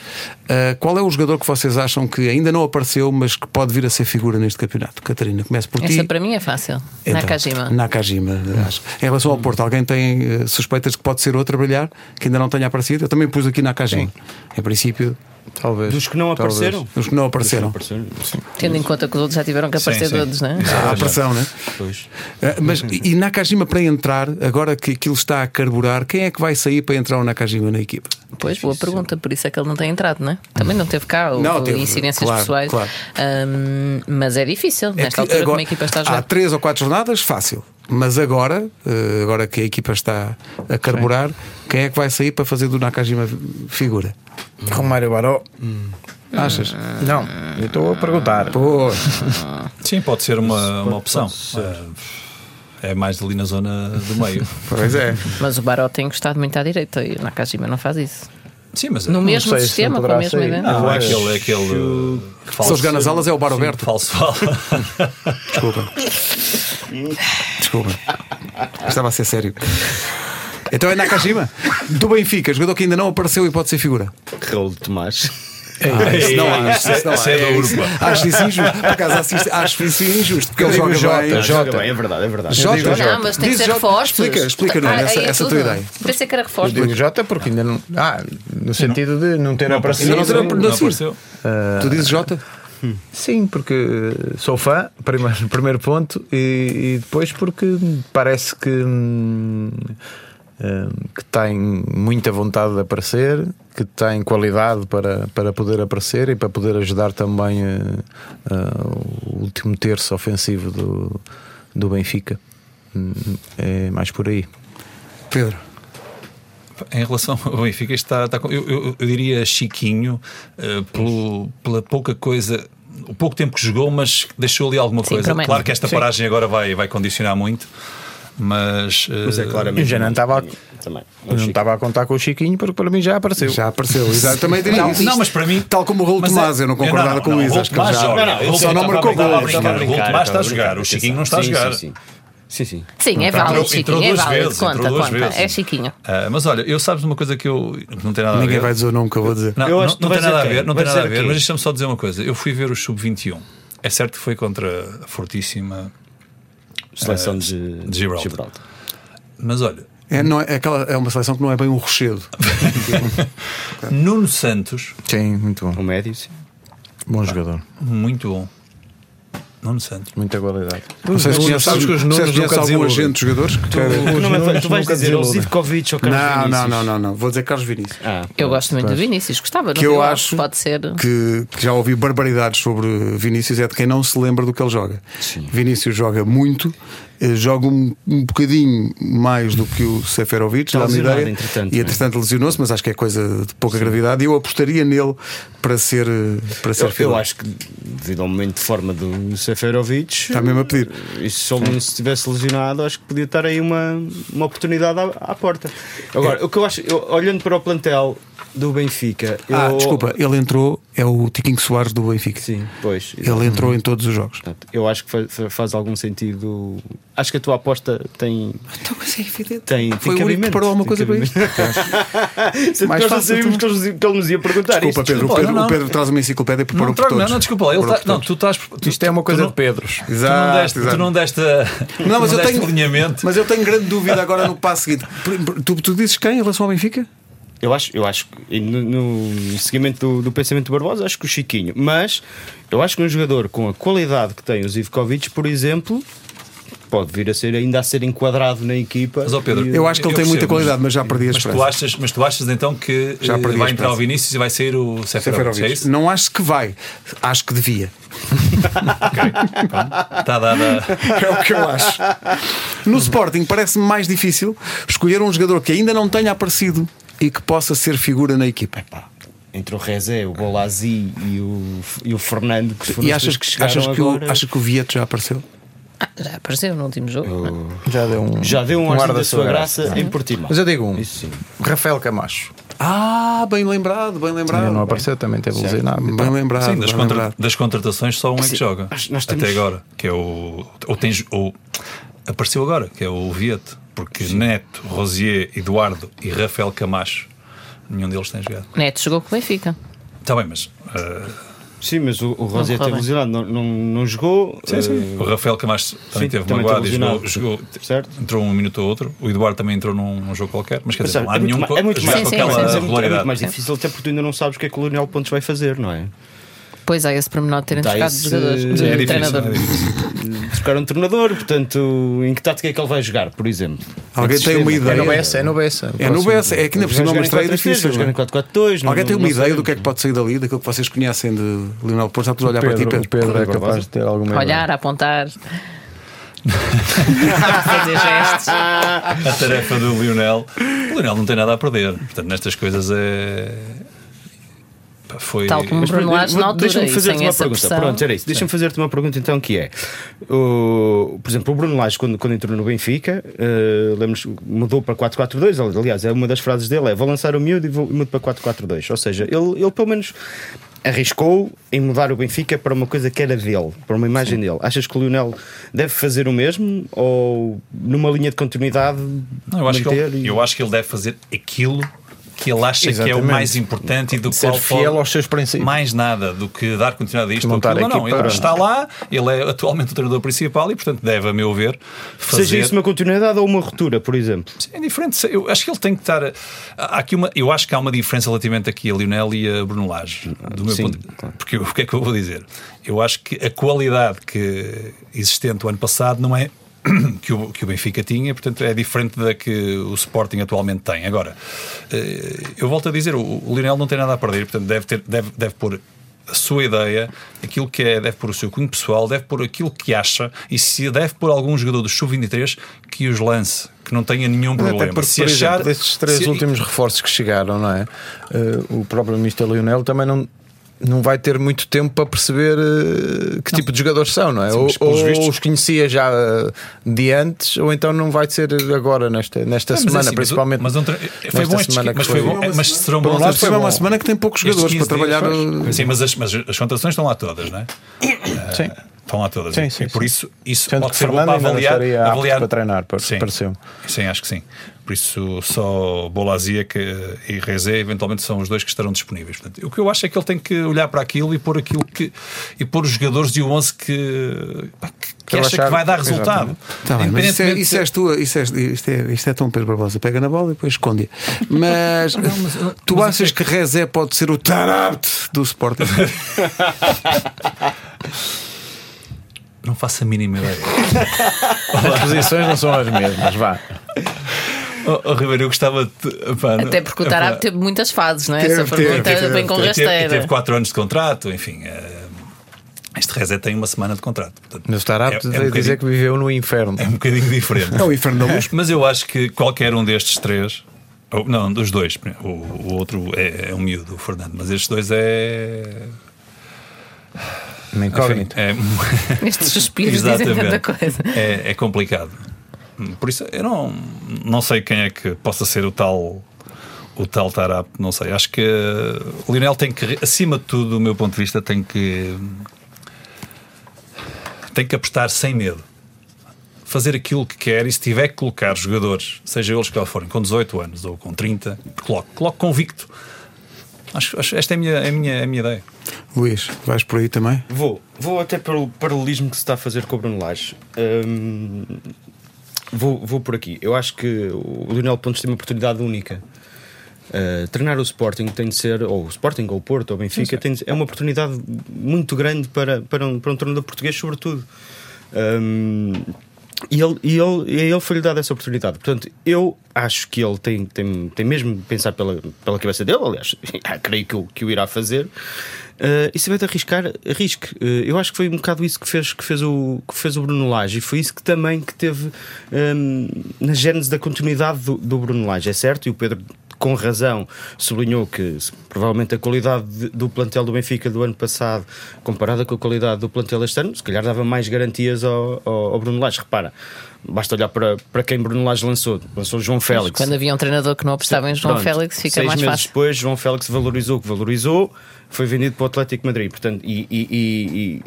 S1: eh, qual é o jogador que vocês acham que ainda não apareceu, mas que pode vir a ser figura neste campeonato? Catarina, começo por ti.
S2: Essa para mim é fácil.
S1: Então,
S2: Nakajima.
S1: Nakajima, acho. Em relação ao Porto, alguém tem eh, suspeitas que pode ser outro a brilhar, que ainda não tenha aparecido? Eu também pus aqui Nakajima. Em princípio,
S5: Talvez.
S4: Dos que não
S5: Talvez.
S4: apareceram?
S1: os que não apareceram.
S4: Apareceram? Sim.
S2: Tendo em conta que os outros já tiveram que
S3: Sim,
S2: aparecer
S3: sim.
S2: todos, não é?
S1: Há a pressão, né?
S4: Pois.
S1: Eh, Mas e e Nakajima para entrar, agora que aquilo está a carburar, quem é que vai sair para entrar o Nakajima na equipa?
S2: Pois, boa pergunta, por isso é que ele não tem entrado, não é? Também não teve cá, houve
S1: Não, teve,
S2: incidências
S1: claro,
S2: pessoais.
S1: claro.
S2: Ahm, mas é difícil,
S1: É
S2: nesta
S1: que
S2: altura, como
S1: agora-
S2: a equipa está a
S1: Há
S2: jogar.
S1: três ou quatro jornadas, fácil. Mas agora, eh, agora que a equipa está a carburar, quem é que vai sair para fazer do Nakajima figura?
S5: Romário Baró.
S1: Achas?
S2: Ah,
S5: Não, eu estou a perguntar.
S1: Pô,
S3: Sim, pode ser uma, uma opção. É é mais ali na zona
S1: [LAUGHS]
S3: do meio.
S1: pois é.
S2: Mas o Baró tem gostado muito à direita e o Nakajima não faz isso.
S3: Sim, mas
S2: No mesmo
S5: sei se não
S2: sistema, com a
S5: poderá
S2: mesma
S5: sair.
S2: ideia.
S5: Ah,
S3: não, é
S5: acho
S3: aquele, é aquele
S1: Se eles ganham as alas é o Bar Aberto.
S3: Falso fala.
S1: Desculpa. Desculpa. Estava a ser sério. Então é Nakajima, do Benfica, jogador que ainda não apareceu e pode ser figura.
S4: é Raul de Tomás.
S1: Ah, isso não
S3: Ei,
S1: acho. Isso não
S3: isso é da
S1: acho.
S3: Urba.
S1: Acho isso injusto. Por acaso acho isso- acho isso injusto, porque ele joga
S5: Eu digo
S1: bem.
S5: Jota,
S1: Jota.
S5: Jota.
S4: bem, é verdade, é verdade.
S2: Não, mas tem que
S1: Diz
S2: ser
S1: Jota.
S2: reforços.
S1: Explica, explica não,
S2: Ah,
S1: essa,
S2: é
S1: essa
S2: tudo.
S1: tua ideia.
S2: Pensei que era
S5: Eu
S2: reforços.
S5: digo Jota porque ainda não. Ah, no sentido de não ter aparecido.
S1: Ainda não ter
S3: Não apareceu.
S1: Tu dizes Jota?
S5: Sim, porque eh, sou fã, primeiro, [LAUGHS] primeiro ponto, e, e depois porque parece que, hum, hum, que tem muita vontade de aparecer, que tem qualidade para, para poder aparecer e para poder ajudar também eh, eh, o último terço ofensivo do, do Benfica. Hum, É mais por aí.
S1: Pedro.
S3: Em relação ao Benfica, está, está com- eu, eu- eu diria Chiquinho, eh, pelo- pela pouca coisa, o pouco tempo que jogou, mas deixou ali alguma
S2: Sim,
S3: coisa.
S2: também.
S3: Claro que esta paragem agora vai, vai condicionar muito, mas.
S4: Mas é
S3: eh,
S5: Eu
S4: claramente.
S5: já não estava a,
S4: Também.
S5: eu não estava a contar com o Chiquinho, porque para mim já apareceu.
S1: Já apareceu, exato. Também diria
S3: Não,
S1: isso.
S3: não, mas para mim.
S1: Tal como o Raul
S3: Mas é-
S1: Tomás, eu não concordava com o Luís.
S3: Raul
S1: Acho que ele
S3: Tomás
S1: já.
S3: joga.
S4: Não, não, eu
S3: Ele
S4: sei,
S1: só não
S3: estava
S1: marcou
S3: a brincar,
S1: gols.
S3: estava a brincar. O Tomás está a jogar, o
S4: atenção.
S3: Chiquinho não está a
S4: Sim,
S3: jogar.
S4: Sim, sim. Sim, sim.
S2: Sim, é válido,
S3: Entrou- entrou
S2: Chiquinho. É
S3: duas
S2: válido.
S3: vezes, entrou
S2: Conta,
S3: duas
S2: conta.
S3: vezes.
S2: É Chiquinho.
S3: Ah, mas olha, eu sabes uma coisa que eu. Não tem nada
S1: Ninguém
S3: a ver.
S1: vai dizer o nome que eu vou dizer.
S3: Não,
S4: Eu
S3: não,
S4: acho que tu
S3: não
S4: vais
S3: tem nada a
S4: dizer
S3: ver,
S4: quem?
S3: não tem
S4: Vais
S3: nada a
S4: dizer
S3: ver,
S4: quem?
S3: mas deixa-me só dizer uma coisa. Eu fui ver o Sub-21. É certo que foi contra a fortíssima.
S4: Seleção de,
S3: de Gibraltar. Mas olha,
S1: É, não é, é aquela, é uma seleção que não é bem um rochedo.
S3: Nuno Santos,
S5: Sim, muito bom.
S4: Um médio, sim.
S5: Bom jogador.
S3: muito bom. Nuno Santos.
S5: Muita qualidade.
S1: Não sei se
S5: Nunes,
S1: conheces,
S5: sabes que os
S1: não sei se
S5: Nunes
S1: conheces
S5: nunca
S1: algum
S5: desiludem.
S1: agente de jogadores que queira-
S4: Tu, não
S5: Nunes
S4: vais- tu vais
S5: nunca
S4: dizer o
S5: desiludem.
S4: Zivkovic ou Carlos
S1: Não, não,
S4: Vinícius.
S1: não, não, não. Vou dizer Carlos Vinícius.
S4: Ah,
S2: Eu gosto muito do Vinícius, gostava. não
S1: que eu
S2: viu?
S1: acho
S2: Pode ser.
S1: que, que já ouvi barbaridades sobre Vinícius é de quem não se lembra do que ele joga. Vinícius joga muito, eh, joga um, um bocadinho mais do que o Seferovic,
S4: Está
S1: dá-me
S4: lesionado,
S1: ideia.
S4: entretanto,
S1: e
S4: não é?
S1: entretanto lesionou-se, mas acho que é coisa de pouca gravidade. E eu apostaria nele para ser eh, para ser
S4: Eu, eu
S1: figura.
S4: acho que, devido ao momento de forma do Seferovic,
S1: Está mesmo a pedir.
S4: e se ele não se tivesse lesionado, acho que podia estar aí uma, uma oportunidade à, à porta. Agora,
S1: É.
S4: o que eu acho, eu, olhando para o plantel do Benfica.
S1: Ah,
S4: eu-
S1: desculpa, ele entrou, é o Tiquinho Soares do Benfica.
S4: Sim, Tá. pois.
S1: Ele entrou em todos os jogos.
S4: Portanto, eu acho que fa- fa- faz algum sentido. Acho que a tua aposta tem.
S1: Então, mas é evidente.
S4: tem, tem
S1: Foi o único que
S4: cabimento,
S1: preparou alguma
S4: tem
S1: coisa para
S4: cabimento.
S1: isto. [LAUGHS]
S4: Se
S1: Mais
S4: nós não
S1: fácil,
S4: sabíamos
S1: tu-
S4: que ele nos ia- que ele nos ia perguntar
S1: Desculpa,
S4: isto.
S1: Pedro. O
S3: Olha,
S1: Pedro,
S3: não.
S1: o Pedro traz uma enciclopédia e preparou
S3: Não, trago, não, não, desculpa lá. Ele
S1: um
S3: tá- não, tu estás. tu-
S5: Isto é uma
S3: tu
S5: coisa
S3: não-
S5: de Pedros.
S3: Tu não
S1: Exato,
S3: deste,
S1: exato.
S3: tu não deste, [LAUGHS] tu
S1: Não, mas eu
S3: deste
S1: tenho
S3: alinhamento.
S1: Mas eu tenho grande dúvida agora no passo seguinte. Pr- pr- Tu, tu dizes quem em relação ao Benfica?
S4: Eu acho, eu acho que- e no, no seguimento do, do pensamento do Barbosa, acho que o Chiquinho. Mas eu acho que um jogador com a qualidade que tem o Zivkovic, por exemplo, pode vir a ser ainda a ser enquadrado na equipa.
S3: Mas, ó, Pedro,
S4: E-
S1: Eu acho que ele tem muita
S3: percebo,
S1: qualidade, mas já perdi a
S3: Mas tu,
S1: esperança.
S3: achas, mas tu achas então que
S1: Já
S3: eh,
S1: perdi a
S3: vai entrar
S1: esperança.
S3: o Vinícius e vai sair o Seferovic? É
S1: Seferovic.
S3: isso?
S1: Não acho que vai, acho que devia. [LAUGHS]
S3: Está Tá dada.
S1: É o que eu acho. No Sporting parece-me mais difícil escolher um jogador que ainda não tenha aparecido e que possa ser figura na equipa.
S4: entre o Rezé, o Bolazi e o, e o Fernando, que foram
S1: E
S4: os
S1: achas
S4: dois
S1: que,
S4: chegaram
S1: achas, que o,
S4: agora.
S1: achas que o Vieto já apareceu?
S2: Ah, já apareceu no último jogo. não é?
S5: Já deu um,
S4: já deu um, ar da, sua graça,
S5: Não.
S4: em Portimão.
S5: Mas eu digo um.
S4: Isso sim.
S5: Rafael Camacho.
S1: Ah, bem lembrado, bem
S5: Ainda
S1: lembrado.
S5: não apareceu, também teve lesionado. e
S1: Bem
S5: tal.
S1: lembrado,
S3: Sim, das,
S1: bem
S3: contra-
S1: lembrado.
S3: das contratações só um é que joga.
S4: acho- nós temos-
S3: Até agora, que é o. Ou tens. Ou, apareceu agora, que é o Vieto. Porque Neto, Rosier, Eduardo e Rafael Camacho, nenhum deles tem jogado.
S2: Neto chegou com o Benfica.
S3: Está bem, mas. ah,
S4: Sim, mas o, o Rosé
S2: correu
S4: teve
S2: bem.
S4: lesionado, não, não, não jogou.
S3: Sim, sim.
S4: eh,
S3: O Rafael Camacho também
S4: Sim,
S3: teve
S4: também
S3: magoado e
S4: teve
S3: jogou,
S4: lesionado.
S3: jogou-
S4: Certo.
S3: entrou um minuto ou outro. O Eduardo também entrou num, num jogo qualquer, mas quer
S4: mas
S3: dizer,
S4: sabe,
S3: não há
S4: é, muito,
S3: nenhum
S4: ma-
S3: co-
S4: é, muito
S3: jogar
S4: mais,
S2: Sim,
S3: com
S2: sim,
S3: aquela
S2: sim,
S4: mas é, muito, é muito
S3: regularidade.
S4: mais difícil, até porque tu ainda não sabes o que é que o Leonel Pontes vai fazer, não é?
S2: Pois é, esse pormenor de terem
S4: Dá
S2: trocado de
S4: esse-
S2: jogadores.
S4: É
S2: de
S3: É difícil,
S2: treinador.
S3: é difícil.
S4: Trocar um treinador, portanto, em que tática é que ele vai jogar, por exemplo?
S1: Alguém
S4: Que
S1: tem uma
S4: sistema?
S5: É
S1: ideia?
S5: no Bessa, é no Bessa.
S1: É no BS, é que ainda por
S4: Vai
S1: cima é uma
S4: jogar em
S1: estreia
S4: 4-3-3,
S1: difícil.
S4: vai jogar
S1: não é?
S4: em 4-4-2, não-
S1: Alguém tem uma
S4: não
S1: ideia
S4: sei.
S1: do que é que pode sair dali, daquilo que vocês conhecem de Leonel Porto? Estás a olhar para ti,
S5: Pedro,
S1: Pedro?
S5: o Pedro é
S4: Pedro Barbosa.
S5: capaz de ter alguma
S2: Olhar, apontar. fazer gestos.
S3: A tarefa do Lionel. O Lionel não tem nada a perder. Portanto, nestas coisas é. Pá, Foi.
S2: Tal como-
S4: Mas
S2: Bruno
S4: pronto,
S2: Lages na altura,
S4: deixa-me
S2: e
S4: fazer-te
S2: sem
S4: uma
S2: essa
S4: pergunta.
S2: pressão.
S4: Pronto, era isso. Deixa-me fazer-te uma pergunta então que é, o, por exemplo, o Bruno Lages quando, quando entrou no Benfica, eh, lemos, mudou para 4-4-2, ali- aliás, é uma das frases dele é vou lançar o miúdo e vou, e mudo para 4-4-2. Ou seja, ele, ele pelo menos arriscou em mudar o Benfica para uma coisa que era dele, para uma imagem dele. Achas que o Lionel deve fazer o mesmo ou numa linha de continuidade
S3: Não, eu, acho que
S4: manter
S3: ele,
S4: e-
S3: eu acho que ele deve fazer aquilo que ele acha que é o
S5: Exatamente.
S3: mais importante e do
S5: Ser
S3: qual
S5: fiel
S3: pode
S5: aos seus princípios.
S3: mais nada do que dar continuidade a isto ou
S5: Montar
S3: aquilo.
S5: a
S3: Não,
S5: equipa.
S3: ele está lá, ele é atualmente o treinador principal e, portanto, deve, a meu ver, fazer.
S4: Seja isso uma continuidade ou uma ruptura, por exemplo.
S3: Sim, é diferente. Eu acho que ele tem que estar. Há aqui uma, eu acho que há uma diferença relativamente aqui a Lionel e a Bruno Lage. Do meu
S4: Sim,
S3: ponto,
S4: claro.
S3: porque eu- o que é que eu vou dizer? Eu acho que a qualidade que existente o ano passado não é. [CLEARS THROAT] Que o, que o Benfica tinha, portanto é diferente da que o Sporting atualmente tem. Agora, eh, eu volto a dizer: o, o Lionel não tem nada a perder, portanto deve, ter, deve, deve pôr a sua ideia, aquilo que é, deve pôr o seu cunho pessoal, deve pôr aquilo que acha e se deve pôr algum jogador do Sub-23 que os lance, que não tenha nenhum
S5: Até
S3: problema.
S5: porque,
S3: se
S5: por
S3: achar.
S5: exemplo, destes três
S3: se-
S5: últimos reforços que chegaram, não é? Eh, o próprio Mr. Lionel também não, não vai ter muito tempo para perceber eh, que tipo de jogadores são, não é? ou
S3: mas pelos
S5: ou
S3: vistos-
S5: os conhecia já eh, de antes, ou então não vai ser agora, nesta, nesta
S3: Mas é
S5: semana,
S3: assim, mas o-
S5: principalmente.
S3: Mas, um tre- foi bom
S5: nesta
S3: este,
S5: semana que
S3: mas foi
S5: foi.
S3: bom. é, Mas serão
S1: Por um
S3: bons
S1: lado,
S3: estes-
S1: foi uma semana que tem poucos
S3: estes
S1: jogadores para
S3: 15
S1: trabalhar.
S3: dias,
S1: uh,
S3: Sim, mas as, mas as contratações estão lá todas, não é?
S5: Sim.
S3: Estão lá todas.
S5: Sim, sim,
S3: e por
S5: sim.
S3: isso, isso
S5: Sendo
S3: pode
S5: que
S3: ser bom
S5: Fernando
S3: para
S5: ainda não
S3: avaliar.
S5: estaria apto
S3: avaliar
S5: para treinar, pa-
S3: sim.
S5: pareceu-me.
S3: Sim, acho que sim. Por isso, só Bolazia que, e Rezé eventualmente são os dois que estarão disponíveis. Portanto, o que eu acho é que ele tem que olhar para aquilo e pôr aquilo que. e pôr os jogadores e o 11 que. pá, que, que
S5: ele
S3: acha
S5: achar-
S3: que vai dar resultado.
S1: Tá bem, mas isso é,
S3: Independentemente-
S1: isso és tua, isso és, isto, é, isto é tão Pedro Barbosa. Pega na bola e depois esconde Mas, eh, tu achas que Rezé pode ser o tarapte do Sporting? é-
S3: Não faço a mínima ideia.
S5: As posições não são as mesmas, vá.
S3: Oh, oh, Ribeiro, eu gostava de. pá, não-
S2: Até porque o
S3: epá,
S2: Tarab teve muitas fases, não é? Essa
S1: Teve, teve,
S2: pergunta
S1: teve,
S2: vem com
S3: É teve-
S2: rasteira.
S3: Teve 4 anos de contrato, enfim. eh, este Rezé tem uma semana de contrato. Portanto,
S5: Mas estar apto
S3: é- é um
S5: a dizer
S3: bocadinho-
S5: que viveu no inferno.
S3: É um bocadinho diferente.
S1: [LAUGHS] É o inferno da luz.
S3: Mas eu acho que qualquer um destes três. ou- não, dos dois. O, o outro é, é um miúdo, o Fernando. Mas estes dois é.
S5: Uma
S3: enfim,
S5: incógnita.
S3: é
S2: [LAUGHS] Estes suspiros dizem tanta coisa.
S3: É, é complicado. Por isso, eu não, não sei quem é que possa ser o tal o tal Tarap, não sei. Acho que eh, o Lionel tem que, acima de tudo, do meu ponto de vista, tem que tem que apostar sem medo. Fazer aquilo que quer e se tiver que colocar jogadores, seja eles que lá forem, com 18 anos ou com 30, coloque, coloque convicto. Acho, acho- esta é a minha, é a minha, é a minha ideia.
S1: Luís, vais por aí também?
S4: Vou, vou até pelo paralelismo que se está a fazer com o Bruno Lage. Hum, vou, vou por aqui. Eu acho que o Lionel Pontes tem uma oportunidade única. Uh, treinar o Sporting tem de ser, ou o Sporting, ou o Porto, ou o Benfica, tem de- é uma oportunidade muito grande para, para, um, para um treinador português, sobretudo. Hum, e ele, e ele, e ele foi-lhe dada essa oportunidade. Portanto, eu acho que ele tem, tem, tem mesmo de pensar pela, pela cabeça dele, aliás, [LAUGHS] ah, creio que o, que o irá fazer. Eh, e se vai arriscar, arrisque. Eh, eu acho que foi um bocado isso que fez, que fez, o, que fez o Bruno Lage e foi isso que ehm, também que teve hum, na gênese da continuidade do, do Bruno Lage, é certo? E o Pedro com razão, sublinhou que se- provavelmente a qualidade de- do plantel do Benfica do ano passado, comparada com a qualidade do plantel este ano, se calhar dava mais garantias ao, ao, ao Bruno Lage. Repara, basta olhar para, para quem Bruno Lage lançou. Lançou João Félix.
S2: Quando havia um treinador que não apostava em João
S4: Pronto,
S2: Félix, fica
S4: seis
S2: mais
S4: meses
S2: fácil.
S4: depois, João Félix valorizou o que valorizou, foi vendido para o Atlético de Madrid. Portanto, e, e- e- e-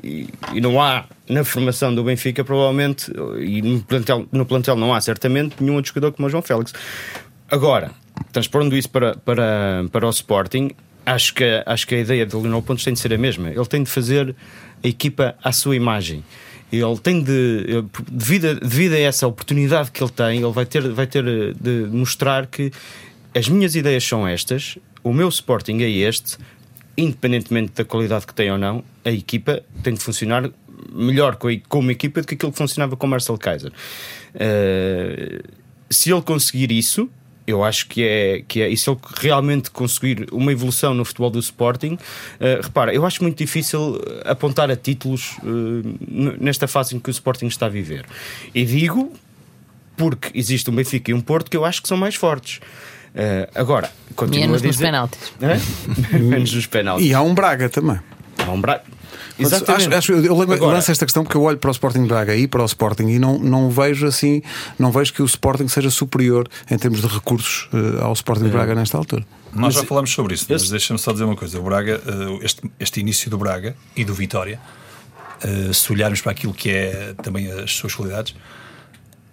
S4: e- e não há na formação do Benfica, provavelmente, e no plantel, no plantel não há certamente nenhum outro jogador como o João Félix. Agora, transpondo isso para, para, para o Sporting, acho que, acho que a ideia de Leonel Pontes tem de ser a mesma. Ele tem de fazer a equipa à sua imagem. Ele tem de, ele, devido a, devido a essa oportunidade que ele tem, ele vai ter, vai ter eh, de mostrar que as minhas ideias são estas, o meu Sporting é este, independentemente da qualidade que tem ou não, a equipa tem de funcionar melhor com, a, com uma equipa do que aquilo que funcionava com o Marcel Kaiser. Eh, se ele conseguir isso, eu acho que é, que é. E se ele realmente conseguir uma evolução no futebol do Sporting, eh, repara, eu acho muito difícil apontar a títulos eh, n- nesta fase em que o Sporting está a viver. E digo porque existe um Benfica e um Porto que eu acho que são mais fortes. Eh, agora, continuo
S2: Menos
S4: a dizer...
S2: nos penaltis.
S4: Hã? [LAUGHS] Menos nos penaltis.
S1: E há um Braga também.
S4: Há um bra-
S1: Mas
S4: Exatamente.
S1: Acho, acho- eu, lembro- eu
S4: Agora-
S1: lanço esta questão porque eu olho para o Sporting de Braga e para o Sporting e não, não vejo assim, não vejo que o Sporting seja superior em termos de recursos eh, ao Sporting de
S4: É.
S1: Braga nesta altura.
S3: Nós já falámos sobre isso, mas deixa-me só dizer uma coisa. O Braga, eh, este, este início do Braga e do Vitória, eh, se olharmos para aquilo que é também as suas qualidades,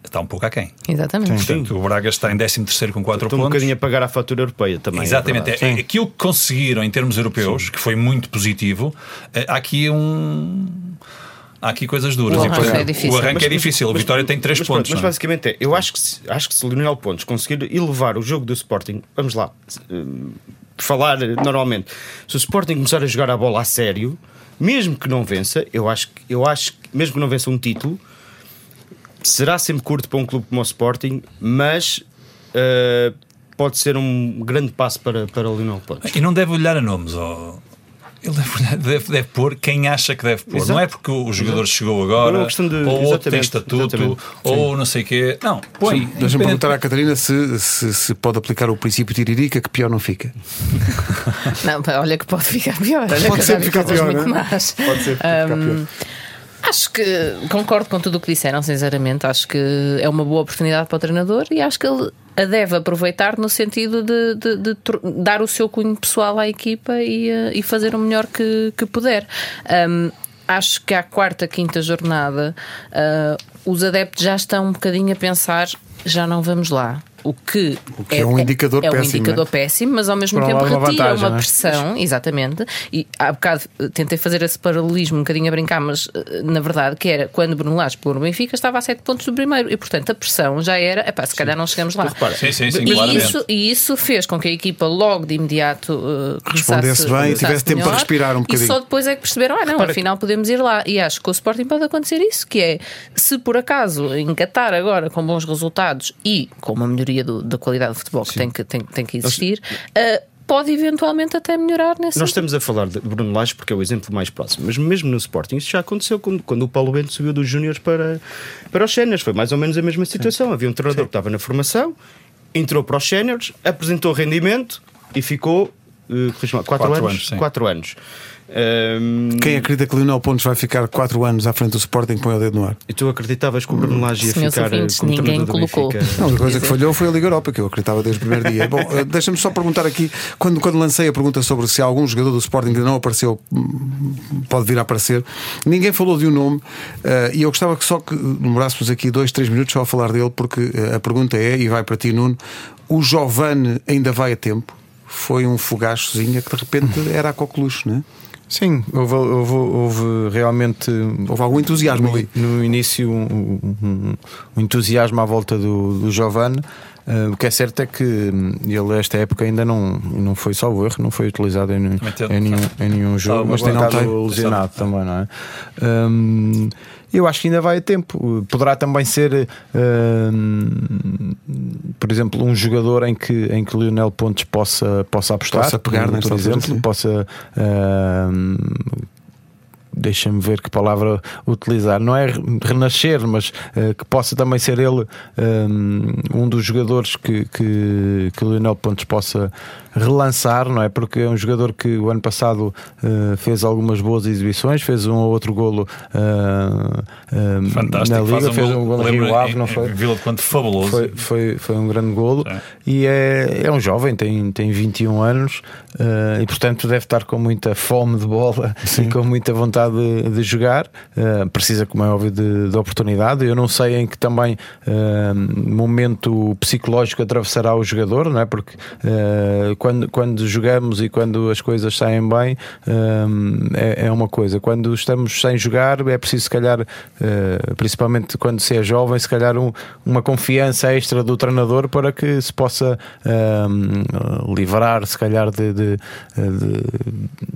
S3: está um pouco aquém.
S2: Exatamente.
S3: Portanto, o Braga está em 13º com 4
S4: Estou um
S3: pontos.
S4: bocadinho a pagar a fatura europeia também. é
S3: Exatamente.
S4: verdade.
S3: É aquilo que conseguiram em termos europeus, que foi muito positivo, eh, há aqui um. Há aqui coisas duras.
S2: O
S3: E,
S2: arranque
S3: portanto,
S2: é difícil.
S3: O arranque
S4: Mas-
S3: é
S4: mas-
S3: difícil. o Vitória tem 3
S4: mas
S3: pontos.
S4: pronto, Mas
S3: não é?
S4: basicamente é, eu acho que se, acho que se Lionel Pontes conseguir elevar o jogo do Sporting, vamos lá, se, hum, falar eh, normalmente, se o Sporting começar a jogar a bola a sério, mesmo que não vença, eu acho que, eu acho que mesmo que não vença um título, será sempre curto para um clube como o Sporting, mas eh, pode ser um grande passo para, para o Lionel Pontes.
S3: E não deve olhar a nomes. ó. Ele deve, olhar- deve, deve pôr quem acha que deve pôr.
S4: Exato.
S3: Não é porque o jogador chegou agora,
S4: uma questão de-
S3: ou outro tem
S4: exatamente,
S3: estatuto,
S4: exatamente.
S3: ou não sei o quê. Não, põe.
S1: Deixa-me
S3: independente-
S1: perguntar à Catarina se, se, se pode aplicar o princípio tiririca, que pior não fica.
S2: Não, pá, olha que pode ficar pior. Olha que
S1: Pode
S2: eu já
S1: sempre
S2: vi
S1: ficar
S2: coisas
S1: pior,
S2: muito
S1: não é?
S2: más.
S1: Pode ser ficar pior.
S2: Acho que concordo com tudo o que disseram, sinceramente. Acho que é uma boa oportunidade para o treinador e acho que ele a deve aproveitar no sentido de, de- de tro- dar o seu cunho pessoal à equipa e, eh, e fazer o melhor que, que puder. Ahm, acho que à quarta, quinta jornada, ah, os adeptos já estão um bocadinho a pensar, já não vamos lá. O que,
S1: que é um indicador
S2: é um
S1: péssimo,
S2: indicador
S1: não é?
S2: péssimo, mas ao mesmo
S5: Por um
S2: tempo
S5: lado, uma
S2: retira
S5: vantagem,
S2: uma
S5: não é?
S2: pressão, exatamente. E há bocado eh, tentei fazer esse paralelismo um bocadinho a brincar, mas eh, na verdade que era quando Bruno Lage pegou no Benfica estava a 7 pontos do primeiro e portanto a pressão já era, epá, se calhar não chegamos lá.
S3: Sim, sim, sim,
S2: E
S3: claramente.
S2: isso, e isso fez com que a equipa logo de imediato eh, começasse-
S1: Respondesse bem e
S2: começasse
S1: tivesse tempo para
S2: melhor.
S1: respirar um bocadinho.
S2: E só depois é que perceberam, ah não, afinal podemos ir lá. E acho que o Sporting pode acontecer isso, que é se por acaso engatar agora com bons resultados e com uma melhoria do- da qualidade do futebol que tem que, tem, tem que existir, eh, pode eventualmente até melhorar nesse
S4: Nós
S2: sentido.
S4: estamos a falar de Bruno Lage porque é o exemplo mais próximo, mas mesmo no Sporting isso já aconteceu quando, quando o Paulo Bento subiu dos Júniores para, para os Séniores. Foi mais ou menos a mesma situação. Havia um treinador que estava na formação, entrou para os Séniores, apresentou rendimento e ficou eh, é 4 quatro,
S3: Quatro anos,
S4: anos.
S3: sim.
S4: quatro anos. Ahm,
S1: Quem acredita que Leonel Pontes vai ficar 4 anos à frente do Sporting põe o dedo no ar.
S4: e tu acreditavas que o Bruno Lage ia
S2: Senhores
S4: ficar eh,
S2: ouvintes,
S4: como
S2: ninguém
S4: treinador do
S2: colocou.
S4: Benfica?
S1: Não, a coisa que falhou foi a Liga Europa, que eu acreditava desde o primeiro dia. Bom, eh, deixa-me só perguntar aqui, quando, quando lancei a pergunta sobre se algum jogador do Sporting que não apareceu, hum, pode vir a aparecer, ninguém falou de um nome eh, e eu gostava que só que demorássemos aqui dois, três minutos só a falar dele, porque eh, a pergunta é, e vai para ti, Nuno, o Giovane ainda vai a tempo? Foi um fogachozinho que de repente era a coqueluche, não é?
S5: Sim, houve, houve- houve realmente.
S1: Houve algum entusiasmo ali.
S5: No início, um, um- um entusiasmo à volta do, do Giovanni. Eh, o que é certo é que hum, ele, esta época, ainda não, não foi, salvo erro, não foi utilizado em, nenhum-
S3: Entendo.
S5: em nenhum, em nenhum jogo,
S3: Salvo
S5: mas tem
S3: agora.
S5: estado
S1: Não tem.
S5: lesionado também, não é? Hum, eu acho que ainda vai a tempo. Poderá também ser, hum, por exemplo, um jogador em que, em que Lionel Pontes possa, possa apostar,
S1: Possa pegar
S5: por
S1: nesta altura,
S5: exemplo,
S1: sim.
S5: possa hum, deixa-me ver que palavra utilizar, não é re- renascer, mas eh, que possa também ser ele eh, um dos jogadores que, que, que o Lionel Pontes possa relançar, não é? Porque é um jogador que o ano passado eh, fez algumas boas exibições, fez um ou outro golo eh, eh,
S3: Fantástico.
S5: na Liga,
S3: faz um
S5: fez
S3: gol,
S5: um golo em Rio
S3: lembro,
S5: Ave,
S3: em-
S5: não
S3: em
S5: foi?
S3: Vila de Conde, fabuloso.
S5: Foi, foi, foi um grande golo
S3: Sim.
S5: e é, é um jovem, tem, tem 21 anos eh, e, portanto, deve estar com muita fome de bola [LAUGHS] e com muita vontade de, de jogar. Eh, precisa, como é óbvio, de, de oportunidade. Eu não sei em que também eh, momento psicológico atravessará o jogador, não é? Porque eh, quando, quando jogamos e quando as coisas saem bem eh, é, é uma coisa. Quando estamos sem jogar, é preciso, se calhar, eh, principalmente quando se é jovem, se calhar um- uma confiança extra do treinador para que se possa eh, livrar, se calhar, de, de- de-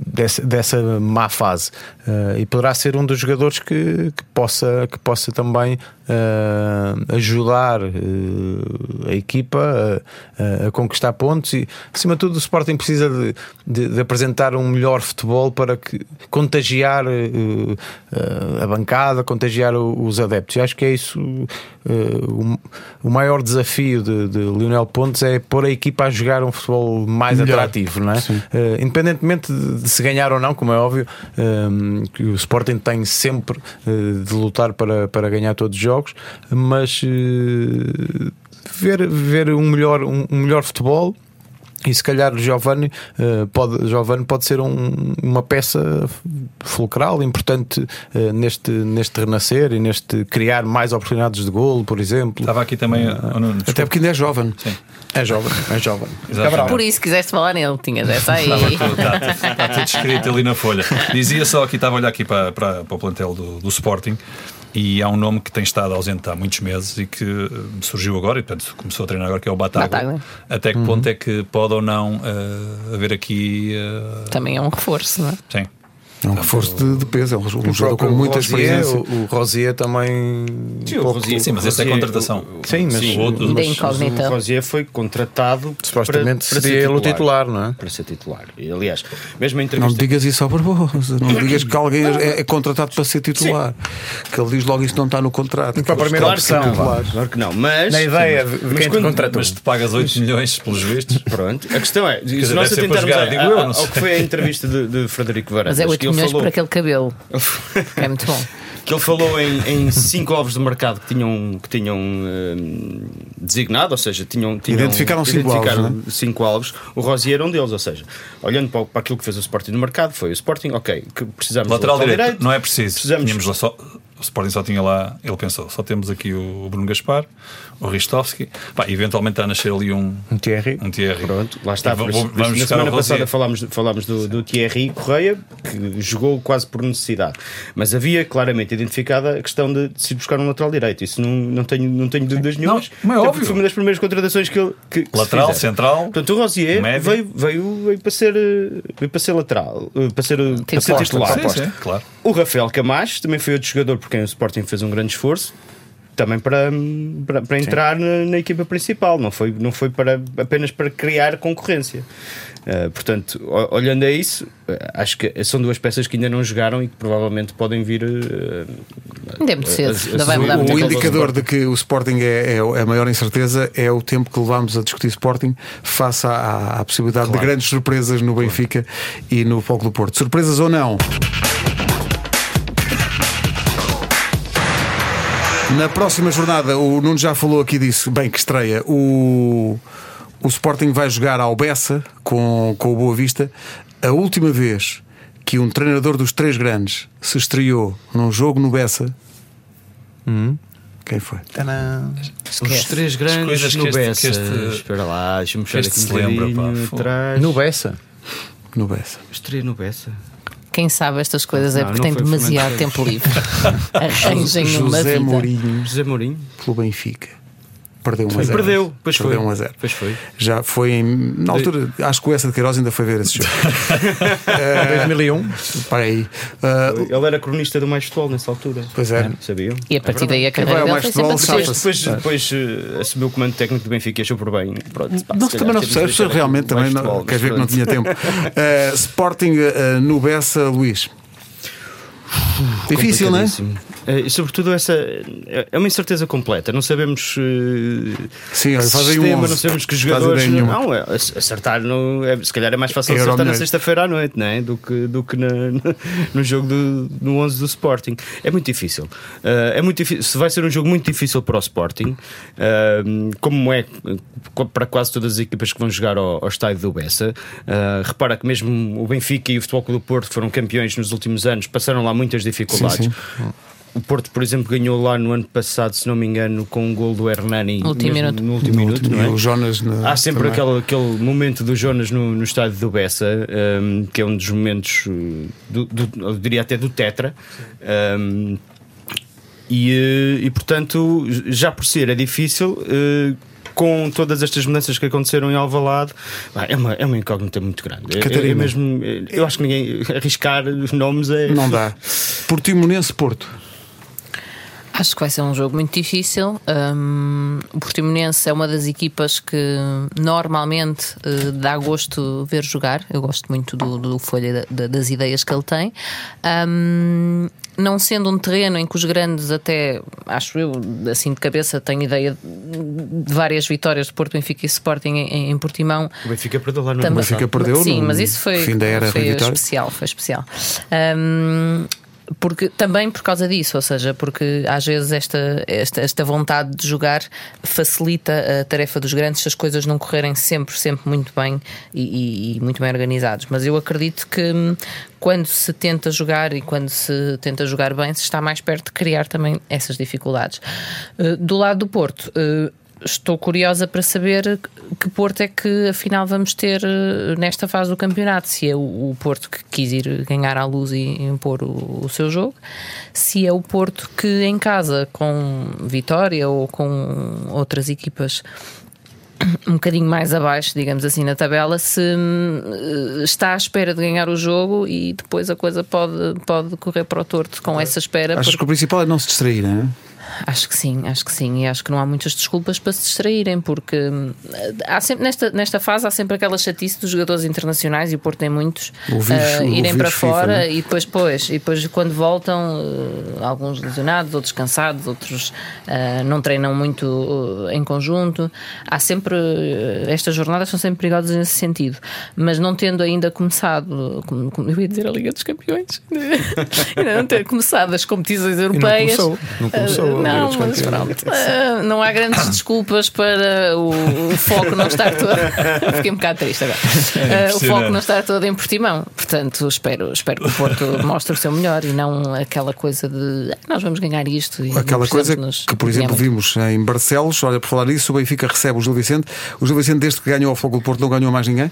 S5: dessa, dessa má fase. Eh, e poderá ser um dos jogadores que, que possa, que possa também eh, ajudar eh, a equipa a- a, a conquistar pontos e, acima de tudo, o Sporting precisa de, de- de apresentar um melhor futebol para que contagiar eh, eh, a bancada, contagiar o- os adeptos. E acho que é isso eh, o, o maior desafio de, de Lionel Pontes é pôr a equipa a jogar um futebol mais
S1: Melhor.
S5: atrativo, não é?
S1: Sim.
S5: Eh, independentemente de, de se ganhar ou não, como é óbvio, ehm, que o Sporting tem sempre eh, de lutar para, para ganhar todos os jogos, mas eh, ver, ver um, melhor, um, um melhor futebol. E se calhar o Giovanni, eh, pode, Giovanni pode ser um- uma peça fulcral, importante eh, neste, neste renascer e neste criar mais oportunidades de golo, por exemplo.
S3: Estava aqui também. oh, Nuno,
S1: Até porque ainda é jovem.
S5: É jovem, é jovem.
S3: Exatamente.
S5: Cabral.
S2: Por isso quiseste falar nele, tinhas essa aí.
S3: Está tudo escrito ali na folha. Dizia só que estava a olhar aqui para, para, para o plantel do, do Sporting e há um nome que tem estado ausente há muitos meses e que eh, surgiu agora e portanto começou a treinar agora, que é o Bataglia.
S2: Bataglia.
S3: Até que ponto é que pode ou não eh, haver aqui. eh,
S2: Também é um reforço, não é?
S3: sim.
S1: É um reforço de, de peso, é um um jogador com
S5: próprio
S1: muita
S5: Rosier,
S1: experiência.
S5: O, o Rosier também. um
S4: Sim, o
S5: pouco-
S4: Rosier-
S3: Sim, mas esta é
S4: Rosier-
S3: contratação.
S4: o- o-
S5: Sim, mas
S3: o outro-
S2: Da
S4: Mas
S2: é incógnita.
S4: O Rosier foi contratado
S5: Supostamente
S4: para, para
S5: seria
S4: ser
S5: ele o titular, não é?
S4: Para ser titular. E, aliás, mesmo a
S1: Não
S4: entrevista.
S1: digas isso ao Barbosa, não digas que alguém é, é contratado para ser titular. Que ele diz logo isso não está no contrato.
S5: Para a primeira
S1: Claro que
S5: opção,
S1: não.
S5: vá.
S4: Claro que não, mas.
S5: Na ideia de- de
S4: Mas
S5: quem te
S4: quando-
S5: contratou.
S3: Mas tu pagas 8 milhões pelos vistos.
S4: Pronto, a questão é,
S3: dizer,
S4: se nós
S3: deve ser para
S4: atentarmos
S3: jogar,
S4: a,
S3: digo eu,
S4: a,
S3: não
S4: ao
S3: sei.
S4: que foi a entrevista de, de Frederico
S2: Mas
S4: Varandas,
S2: é
S4: que
S2: 8
S4: ele
S2: milhões
S4: falou,
S2: por aquele
S4: [LAUGHS]
S2: cabelo. É muito bom.
S4: que ele falou em,
S2: [LAUGHS]
S4: em cinco ovos de mercado que tinham, que tinham hum, designado, ou seja, tinham, tinham
S1: Identificaram cinco alvos,
S4: identificaram
S3: é?
S4: cinco alvos. O Rosier era um deles, ou seja, olhando para, o- para aquilo que fez o Sporting no mercado, foi o Sporting, ok, que precisamos
S3: Lateral
S4: de
S3: direito, não é preciso.
S4: Precisamos-
S3: Tínhamos lá só. O Sporting só tinha lá, ele pensou, só temos aqui o Bruno Gaspar, o Ristovski, pá, eventualmente está a nascer ali um,
S5: Um Thierry.
S3: um Thierry.
S4: Pronto, lá está.
S3: E v-
S4: Por
S3: v-
S4: isso- por isso,
S3: vamos
S4: na
S3: buscar
S4: semana
S3: o Rosier.
S4: passada falámos, falámos do, do Thierry Correia, que jogou quase por necessidade. Mas havia claramente identificada a questão de, de se buscar um lateral direito. Isso não, não, tenho, não tenho dúvidas nenhumas.
S3: mas é
S4: Até
S3: óbvio.
S4: porque Foi uma das primeiras contratações que ele. Que, que se
S3: Lateral,
S4: fizeram.
S3: central,
S4: Portanto, o Rosier
S3: médio.
S4: veio, veio, veio, para ser, eh, veio para ser lateral, eh, para ser, eh, para ser
S2: posta,
S4: titular.
S3: Sim, sim, claro.
S4: O Rafael Camacho também foi outro jogador por quem o Sporting fez um grande esforço. Também para, para, para entrar na, na equipa principal, não foi, não foi para, apenas para criar concorrência. Eh, portanto, o- olhando a isso, eh, acho que são duas peças que ainda não jogaram e que provavelmente podem vir. eh,
S2: Ainda é muito cedo,
S4: As- as-
S2: ainda vai
S4: as-
S2: mudar
S1: O- O
S2: muita coisa.
S1: indicador de que o Sporting é, é a maior incerteza é o tempo que levamos a discutir Sporting face à- à, à possibilidade de grandes surpresas no Benfica e no Foco do Porto. Surpresas ou não? Na próxima jornada, o Nuno já falou aqui disso, bem que estreia, o, o Sporting vai jogar ao Bessa com, com o Boa Vista. A última vez que um treinador dos três grandes se estreou num jogo no Bessa, quem foi?
S5: Tadã.
S4: Os três grandes
S3: coisas que
S4: no
S3: este- que
S4: Bessa.
S3: este-
S4: Espera lá, deixa-me puxar
S3: este
S4: aqui um
S3: se lembra, pá,
S4: bocadinho
S3: fogo.
S4: atrás.
S5: No Bessa.
S1: No Bessa.
S4: Estreia no Bessa.
S2: Quem sabe estas coisas é
S4: Não,
S2: porque
S4: não
S2: tem
S4: foi
S2: demasiado
S4: Fernando
S2: tempo
S4: [LAUGHS]
S2: livre. Arranjem uma
S1: José
S2: vida.
S1: Mourinho
S4: José Mourinho.
S1: pelo Benfica. Perdeu 1 a 0.
S4: Perdeu, pois foi.
S1: Perdeu 1 a 0.
S4: Pois foi.
S1: Já foi em. Na altura, acho que o Essa de Queiroz ainda foi ver esse
S4: [LAUGHS]
S1: jogo. Eh,
S5: 2001.
S1: Para aí. Ah,
S4: Ele era cronista do Mais Futebol nessa altura.
S1: pois é.
S4: Sabiam?
S2: E a partir daí a carreira
S1: vai ao mais
S2: dele foi sempre assim. a
S1: futebol,
S2: crescer.
S1: sabe-se.
S4: Depois, depois eh, assumiu o comando técnico do Benfica e achou por bem. Pronto, pá,
S1: Nós também
S4: se
S1: não
S4: calhar temos de
S1: percebemos,
S4: deixar
S1: realmente
S4: aqui
S1: também
S4: mais
S1: não, Eh,
S4: futebol,
S1: queres ver que não
S4: mas
S1: eh, tinha tempo. Ah, Sporting ah, no Bessa, Luís. Difícil, não é?
S4: Complicadíssimo. Eh, E sobretudo essa é uma incerteza completa. Não sabemos eh,
S1: Sim,
S4: que
S1: olha, faz aí um
S4: sistema,
S1: 11.
S4: não sabemos que
S1: Faz ideia
S4: jogadores.
S1: nenhuma.
S4: Não, é, acertar no, é, se calhar é mais fácil
S1: É
S4: acertar na
S1: Euromédio.
S4: sexta-feira à noite, não é? Do que, do que na- na- no jogo do, no 11 do Sporting. É muito difícil. Eh, é muito difícil. Se vai ser um jogo muito difícil para o Sporting, eh, como é co- para quase todas as equipas que vão jogar ao, ao estádio do Bessa. Eh, repara que mesmo o Benfica e o Futebol Clube do Porto foram campeões nos últimos anos, passaram lá muitas dificuldades. O Porto, por exemplo, ganhou lá no ano passado, se não me engano, com um gol do Hernani
S2: No último
S4: mesmo
S2: minuto.
S4: no último minuto, não é?
S1: E o Jonas na-
S4: Há sempre
S1: também.
S4: aquele, aquele momento do Jonas no, no estádio do Bessa, hum, que é um dos momentos, hum, do, do- eu diria até do Tetra. Hum, e, eh, e, portanto, já por ser é difícil. eh, com todas estas mudanças que aconteceram em Alvalade, pá, é uma, é uma incógnita muito grande. É- É,
S1: Catarina.
S4: mesmo, é- eu acho que ninguém [LAUGHS] arriscar nomes é.
S1: Não dá. Portimonense Porto.
S2: Acho que vai ser um jogo muito difícil. Hum, o Portimonense é uma das equipas que normalmente eh, dá gosto ver jogar. Eu gosto muito do, do Folha e da- da- das ideias que ele tem. Hum, não sendo um terreno em que os grandes, até acho eu, assim de cabeça, tenho ideia de várias vitórias de Porto, Benfica e Sporting em, em Portimão.
S4: O Benfica perdeu lá no
S2: Também.
S1: Benfica perdeu
S2: Sim,
S1: no
S2: mas isso foi,
S1: fim da era
S2: foi
S1: Rui Vitória.
S2: especial, foi especial. Ahm, porque, também por causa disso, ou seja, porque às vezes esta, esta, esta vontade de jogar facilita a tarefa dos grandes se as coisas não correrem sempre, sempre muito bem e, e- e muito bem organizados. Mas eu acredito que hum, quando se tenta jogar e quando se tenta jogar bem, se está mais perto de criar também essas dificuldades. Eh, do lado do Porto, eh, Estou curiosa para saber que Porto é que afinal vamos ter eh, nesta fase do campeonato. Se é o- o Porto que quis ir ganhar à luz e impor o, o seu jogo, se é o Porto que em casa, com Vitória ou com outras equipas um bocadinho mais abaixo, digamos assim, na tabela, se hum, está à espera de ganhar o jogo e depois a coisa pode, pode correr para o torto com essa espera.
S1: Achas
S2: porque-
S1: que o principal é não se distrair, não é?
S2: Acho que sim, acho que sim. E acho que não há muitas desculpas para se distraírem, porque hum, há sempre, nesta, nesta fase há sempre aquela chatice dos jogadores internacionais, e o Porto tem muitos,
S1: O vírus-
S2: ah,
S1: o
S2: irem
S1: vírus
S2: para
S1: FIFA,
S2: fora
S1: né?
S2: e depois, pois, e depois quando voltam, eh, alguns lesionados, outros cansados, outros eh, não treinam muito eh, em conjunto. Há sempre, eh, estas jornadas são sempre perigosas nesse sentido, mas não tendo ainda começado, como, como eu ia dizer, a Liga dos Campeões, [LAUGHS] ainda não ter começado as competições europeias.
S5: começou, não começou a
S2: Eh,
S5: Liga
S2: não,
S5: dos
S2: mas
S5: Campeões.
S2: pronto. eh, não há grandes desculpas para o, o foco não estar todo. [LAUGHS] Fiquei um bocado triste agora. Eh, o foco
S3: impressionante.
S2: não está todo em Portimão. Portanto, espero, espero que o Porto mostre o seu melhor e não aquela coisa de "Ah, nós vamos ganhar isto. E
S1: Aquela coisa
S2: nos
S1: que, por exemplo, vimos em Barcelos, olha, por falar isso, o Benfica recebe o Gil Vicente. O Gil Vicente, desde que ganhou ao Fogo do Porto, não ganhou mais ninguém.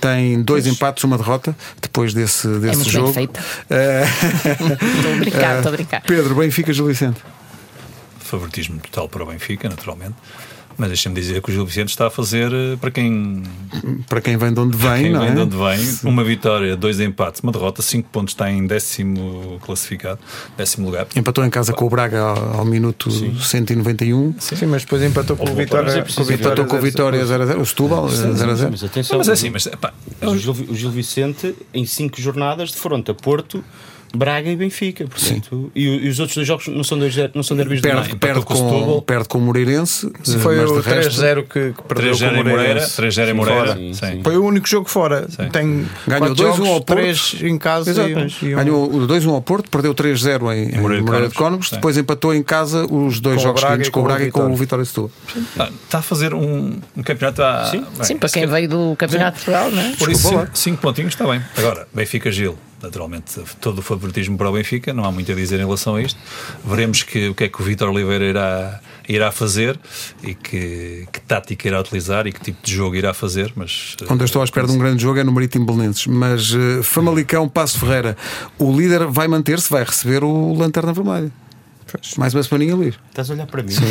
S1: Tem dois empates, uma derrota, depois desse, desse
S2: É muito bem
S1: jogo.
S2: feita.
S1: Eh,
S2: Estou a brincar, estou a brincar.
S1: Pedro, Benfica, Gil Vicente.
S3: favoritismo total para o Benfica, naturalmente. Mas deixa-me dizer que o Gil Vicente está a fazer, eh, para quem,
S1: Para quem vem de onde vem,
S3: quem
S1: não
S3: vem
S1: é?
S3: de onde vem, uma vitória, dois empates, uma derrota, cinco pontos, está em décimo classificado, décimo lugar.
S1: Empatou em casa com o Braga ao, ao minuto 191.
S5: Sim, mas depois empatou com o Vitória.
S4: mas
S5: com
S4: é
S5: o
S4: preciso
S5: Vitória
S1: Empatou com o
S5: 0-0.
S1: Vitória 0-0, o Setúbal 0-0.
S4: Mas atenção,
S3: Não, mas é assim, mas, epá,
S4: O Gil, o Gil Vicente, em cinco jornadas, defronta Porto, Braga e Benfica. Portanto, e, o- e os outros dois jogos não são, dois, não são derbys de
S1: Perde,
S4: nada.
S1: perde,
S3: empatou com o
S1: com,
S3: Setúbal.
S1: perde com o Moreirense.
S5: Foi
S1: mas
S5: o
S1: de resto,
S5: 3-0 que, que perdeu
S3: 3-0
S5: com
S3: em
S5: o
S3: Moreira,
S5: Moreira.
S3: 3-0 em Moreira,
S4: fora.
S3: sim.
S4: Sim.
S5: Foi o único jogo fora. Tem
S1: Ganhou
S5: quatro
S1: 2-1
S5: jogos,
S1: ao Porto.
S5: três em casa
S1: Exato.
S5: e um, e um
S1: Ganhou o 2-1 ao Porto, perdeu 3-0 em, em
S3: Moreira de
S1: Moreira de
S3: Cónegos.
S1: Cónegos,
S3: Sim.
S1: depois empatou em casa os dois
S5: Com o
S1: jogos
S5: Braga
S1: seguintes
S5: e
S1: com o
S5: com o
S1: Braga e com o Vitória
S5: Vitória.
S1: de Setúbal.
S3: Ah, Está a fazer um, um campeonato à,
S4: Sim.
S3: bem,
S2: Sim, para quem veio do Campeonato de Portugal, não é?
S3: Por isso,
S1: Desculpa
S3: cinco, cinco pontinhos está bem. Agora, Benfica Gil, naturalmente, todo o favoritismo para o Benfica, não há muito a dizer em relação a isto. Veremos que, o que é que o Vítor Oliveira irá, irá fazer e que, que tática irá utilizar e que tipo de jogo irá fazer. Mas, eh,
S1: Onde eu estou à espera de um grande jogo é no Marítimo Belenenses. Mas eh, Famalicão, Passo Ferreira, o líder vai manter-se, vai receber o Lanterna Vermelha. Mais uma semaninha, Luís.
S4: Estás a olhar para mim?
S1: Sim.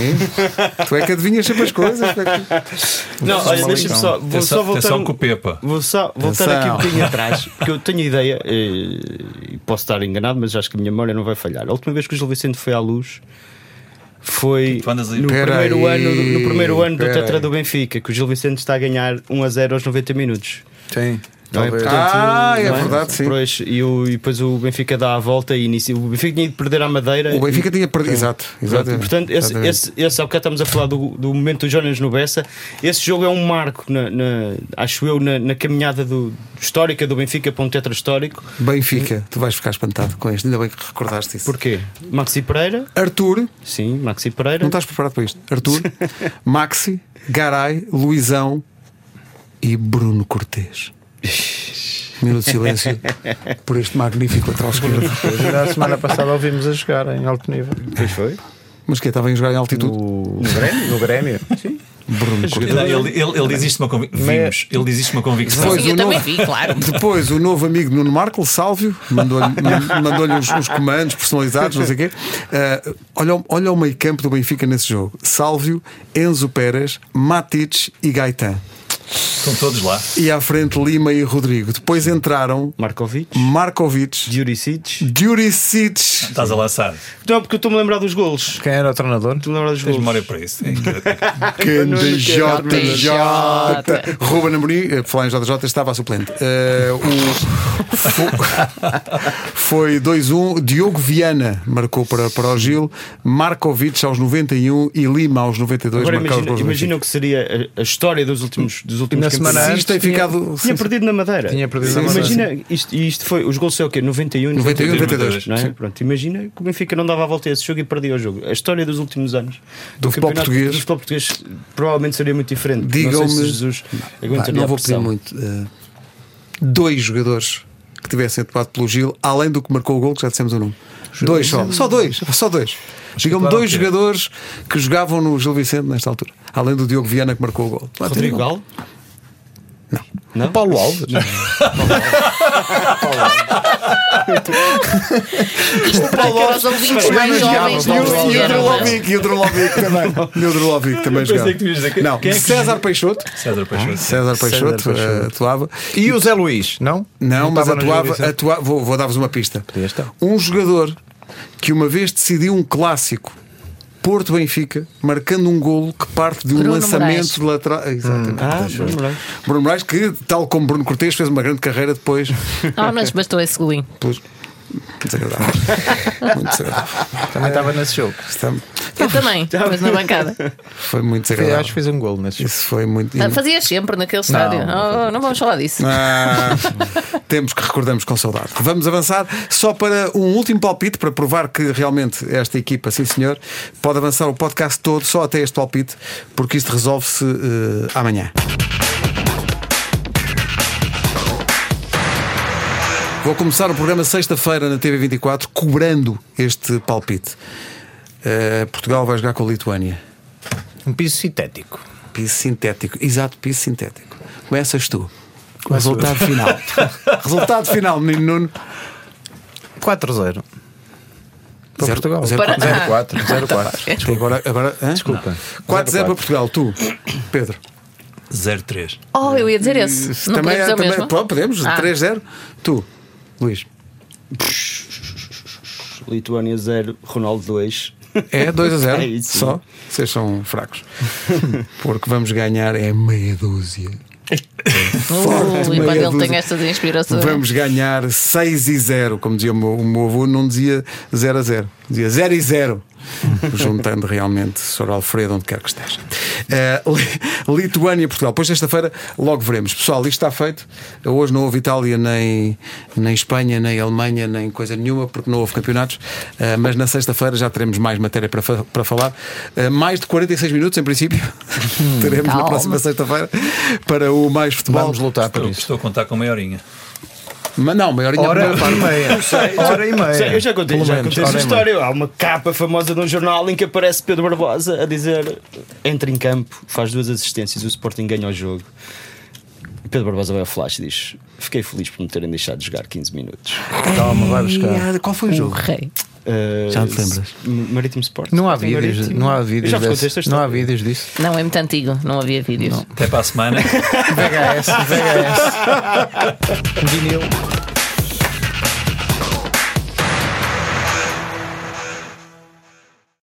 S1: [LAUGHS] tu é que adivinhas sempre as coisas. tu é
S5: [LAUGHS]
S1: que-
S4: Não, olha, deixa-me só. Vou
S3: Atenção-
S4: só voltar.
S3: atenção
S4: um-
S3: com o Pepa.
S4: Vou só voltar
S1: Atenção.
S4: aqui um
S3: [LAUGHS]
S4: bocadinho atrás, porque eu tenho ideia, eh, e posso estar enganado, mas acho que a minha memória não vai falhar. A última vez que o Gil Vicente foi à luz. Foi
S3: Tu andas aí-
S4: no
S1: Pera
S4: primeiro,
S1: aí,
S4: ano, no primeiro ano do
S1: pera
S4: Tetra
S1: aí.
S4: um do Benfica, que o Gil Vicente está a ganhar 1 a 0 aos 90 minutos.
S5: Sim.
S4: não é?
S5: Talvez.
S4: Portanto,
S1: Ah, é
S4: não
S1: verdade, sim.
S4: Pois, e, o- e depois o Benfica dá a volta e inicia. O Benfica tinha de perder a Madeira.
S1: O Benfica
S4: e- É.
S1: tinha perdido. Exato, exato.
S4: Pronto, Portanto, esse,
S1: Exatamente.
S4: esse, esse, há bocado estamos a falar do, do momento do Jonas no Bessa. Esse jogo é um marco, na, na- acho eu, na, na caminhada do- histórica do Benfica para um tetra histórico.
S1: Benfica, tu vais ficar espantado com este. Ainda bem que recordaste isso.
S4: Porquê? Maxi Pereira,
S1: Arthur,
S4: sim, Maxi Pereira.
S1: não tá- estás preparado para isto?
S5: [LAUGHS]
S1: Arthur, Maxi, Garay, Luizão e Bruno Cortês. Minuto de silêncio por este magnífico lateral esquerdo.
S5: Ainda a semana passada ouvimos a jogar em alto nível.
S4: Pois foi.
S1: Mas que Estava a jogar em altitude?
S5: No, Grêmio? No Grêmio? Sim.
S1: Bruno Cortês.
S3: Ele, ele, ele, ele diz isto uma convi- vimos, ele diz isto uma convicção.
S1: Pois,
S2: Sim,
S1: o
S2: eu também
S1: novo-
S2: vi, claro.
S1: Depois, o novo amigo Nuno Marco, o Sálvio, mandou-lhe mandou uns, uns comandos personalizados, não sei o quê. Ah, olha, o- olha o meio campo do Benfica nesse jogo: Sálvio, Enzo Pérez, Matic e Gaetan.
S3: Estão todos lá.
S1: E à frente, Lima e Rodrigo. Depois entraram
S4: Markovic,
S1: Markovic,
S4: Djuricic.
S1: Djuricic.
S3: Estás a lançar.
S4: Não, porque eu estou-me a lembrar dos golos.
S5: Quem era o treinador?
S4: Estou-me a lembrar dos
S3: Tens
S4: golos.
S3: memória para isso. É incrível.
S1: Grande JJ.
S2: JJ.
S1: Ruben Amorim, eh, por falar em JJ, estava a suplente. Eh, o- fo- [LAUGHS] foi 2-1. Diogo Viana marcou para, para o Gil, Markovic aos 91 e Lima aos 92.
S4: Agora
S1: marcaram os gols
S4: imagina,
S1: do
S4: imagina o que seria a, a história dos últimos, dos últimos
S5: na
S4: campeonatos.
S5: semana
S1: Benfica. Se isto tem ficado.
S4: Tinha
S1: sim,
S4: perdido na Madeira.
S5: Tinha perdido
S1: na Madeira.
S4: Imagina, isto, e isto foi, os gols são o quê? 91
S1: 91
S4: 92.
S1: 92.
S4: Não é?
S1: Sim.
S4: Pronto, imagina que o Benfica não dava a volta a esse jogo e perdia o jogo. A história dos últimos anos
S1: Do futebol
S4: campeonato
S1: português.
S4: do futebol português provavelmente seria muito diferente. não sei
S1: Digam-me-
S4: se Jesus
S1: Pá,
S4: aguentaria
S1: não
S4: a
S1: vou pedir
S4: pressão.
S1: muito. eh, dois jogadores que tivessem atuado pelo Gil, além do que marcou o gol, que já dissemos o nome. Dois só. Só dois. Só dois. Digam-me
S3: atuaram
S1: dois
S3: o quê?
S1: jogadores que jogavam no Gil Vicente nesta altura. Além do Diogo Viana que marcou o gol. Pá,
S4: Rodrigo
S1: tem-
S4: Galo?
S5: O Paulo Alves.
S2: Isto para aqueles ouvintes mais jovens
S1: E
S2: não
S1: o- e o
S2: perceberam.
S1: Drolovic, e o Drolovic também. E o
S3: [LAUGHS]
S1: Drolovic também
S3: pensei
S1: jogava.
S3: que tu ias dizer que-
S1: Não,
S3: quem é que- [LAUGHS]
S1: César Peixoto.
S3: César Peixoto.
S1: César Peixoto,
S5: Peixoto.
S1: eh, atuava.
S5: E o Zé Luís, não?
S1: Não, mas
S5: estava no
S1: atuava.
S5: Gil Vicente?
S1: atua- vou vou dar-vos uma pista.
S5: estar.
S1: Um jogador que uma vez decidiu um clássico. Porto Benfica, marcando um golo que parte de um
S2: Bruno Moraes.
S1: lançamento de lateral.
S5: Hum.
S1: Exatamente.
S4: Ah, Bruno Moraes.
S1: Bruno Moraes, que, tal como Bruno Cortês, fez uma grande carreira
S5: [LAUGHS]
S1: depois.
S2: Ah, mas bastou esse golinho.
S1: pelos-
S5: [LAUGHS]
S1: Desagradável. Muito desagradável.
S5: Também estava nesse jogo.
S1: Está- [LAUGHS]
S2: Eu também, mas na bancada.
S1: Foi muito
S5: Eu
S1: desagradável.
S5: acho que fez um gol nesse jogo.
S1: Isso foi muito.
S2: Ah, Fazias sempre naquele estádio. Oh, Não, não vamos falar disso.
S1: Ah, [LAUGHS] temos que recordamos com saudade. Vamos avançar só para um último palpite para provar que realmente esta equipa, sim senhor, pode avançar o podcast todo só até este palpite, porque isto resolve-se eh, amanhã. Vou começar o programa sexta-feira na TV24 cobrando este palpite. Eh, Portugal vai jogar com a Lituânia.
S5: Um piso sintético.
S1: Piso sintético, exato, piso sintético. Começas tu. Resultado final.
S5: [LAUGHS]
S1: Resultado final, menino Nuno.
S5: 4-0. Para
S1: Zero-
S5: Portugal.
S1: zero-
S2: Para- Ah,
S5: 0-4. 0-4.
S2: é?
S1: Desculpa, agora, agora hã?
S5: Desculpa.
S1: 4-0 para Portugal, tu, Pedro. é
S3: 03.
S2: Oh, eu ia dizer esse. Não podemos dizer o mesmo?
S1: pô, podemos,
S2: Ah.
S1: 3-0. Tu, Luís.
S4: Lituânia 0, Ronaldo 2.
S1: É 2
S2: [LAUGHS]
S1: a 0.
S4: É isso.
S1: só. Vocês são fracos. Porque vamos ganhar é meia
S2: [LAUGHS]
S1: dúzia.
S2: Uh,
S1: Meia
S2: e quando ele
S1: dúzia.
S2: tem estas inspirações.
S1: Vamos ganhar 6 e 0. Como dizia o meu, o meu avô, não dizia 0 a 0. Dizia 0 e 0. Juntando realmente Sr. Alfredo, onde quer que esteja. Eh, Li- Lituânia e Portugal. Depois, sexta-feira, logo veremos. Pessoal, isto está feito. Hoje não houve Itália, nem, nem Espanha, nem Alemanha, nem coisa nenhuma, porque não houve campeonatos. Eh, mas na sexta-feira já teremos mais matéria para, fa- para falar. Eh, mais de 46 minutos, em princípio. [LAUGHS] teremos na
S2: Calma.
S1: próxima sexta-feira para o Mais Futebol.
S5: Vamos lutar Ah, por
S3: Estou,
S5: isso.
S3: estou a contar com meia horinha.
S1: Mas não, maior ainda
S5: Hora
S1: a primeira parte.
S5: e
S4: é
S5: [LAUGHS] meia. Hora e meia.
S4: Eu já contei,
S5: Pelo
S4: já
S5: menos,
S4: contei essa
S5: hora e meia.
S4: história. Há uma capa famosa de um jornal em que aparece Pedro Barbosa a dizer: entra em campo, faz duas assistências, o Sporting ganha o jogo. E Pedro Barbosa vai ao flash e diz: Fiquei feliz por me terem deixado de jogar 15 minutos.
S5: Toma, vai buscar.
S1: E, ah, Qual foi o
S2: Um
S1: jogo?
S2: rei.
S4: Uh,
S1: Já te lembras?
S4: M- Marítimo Sport.
S5: Não há
S4: Sporting
S5: vídeos,
S4: Marítimo.
S5: não há
S4: Eu
S5: vídeos.
S4: Já vos contei esta
S5: dessa- Não
S4: história.
S5: há vídeos disso.
S2: Não, é muito antigo, não havia vídeos.
S3: Até para a semana.
S5: VHS, VHS. Vinil.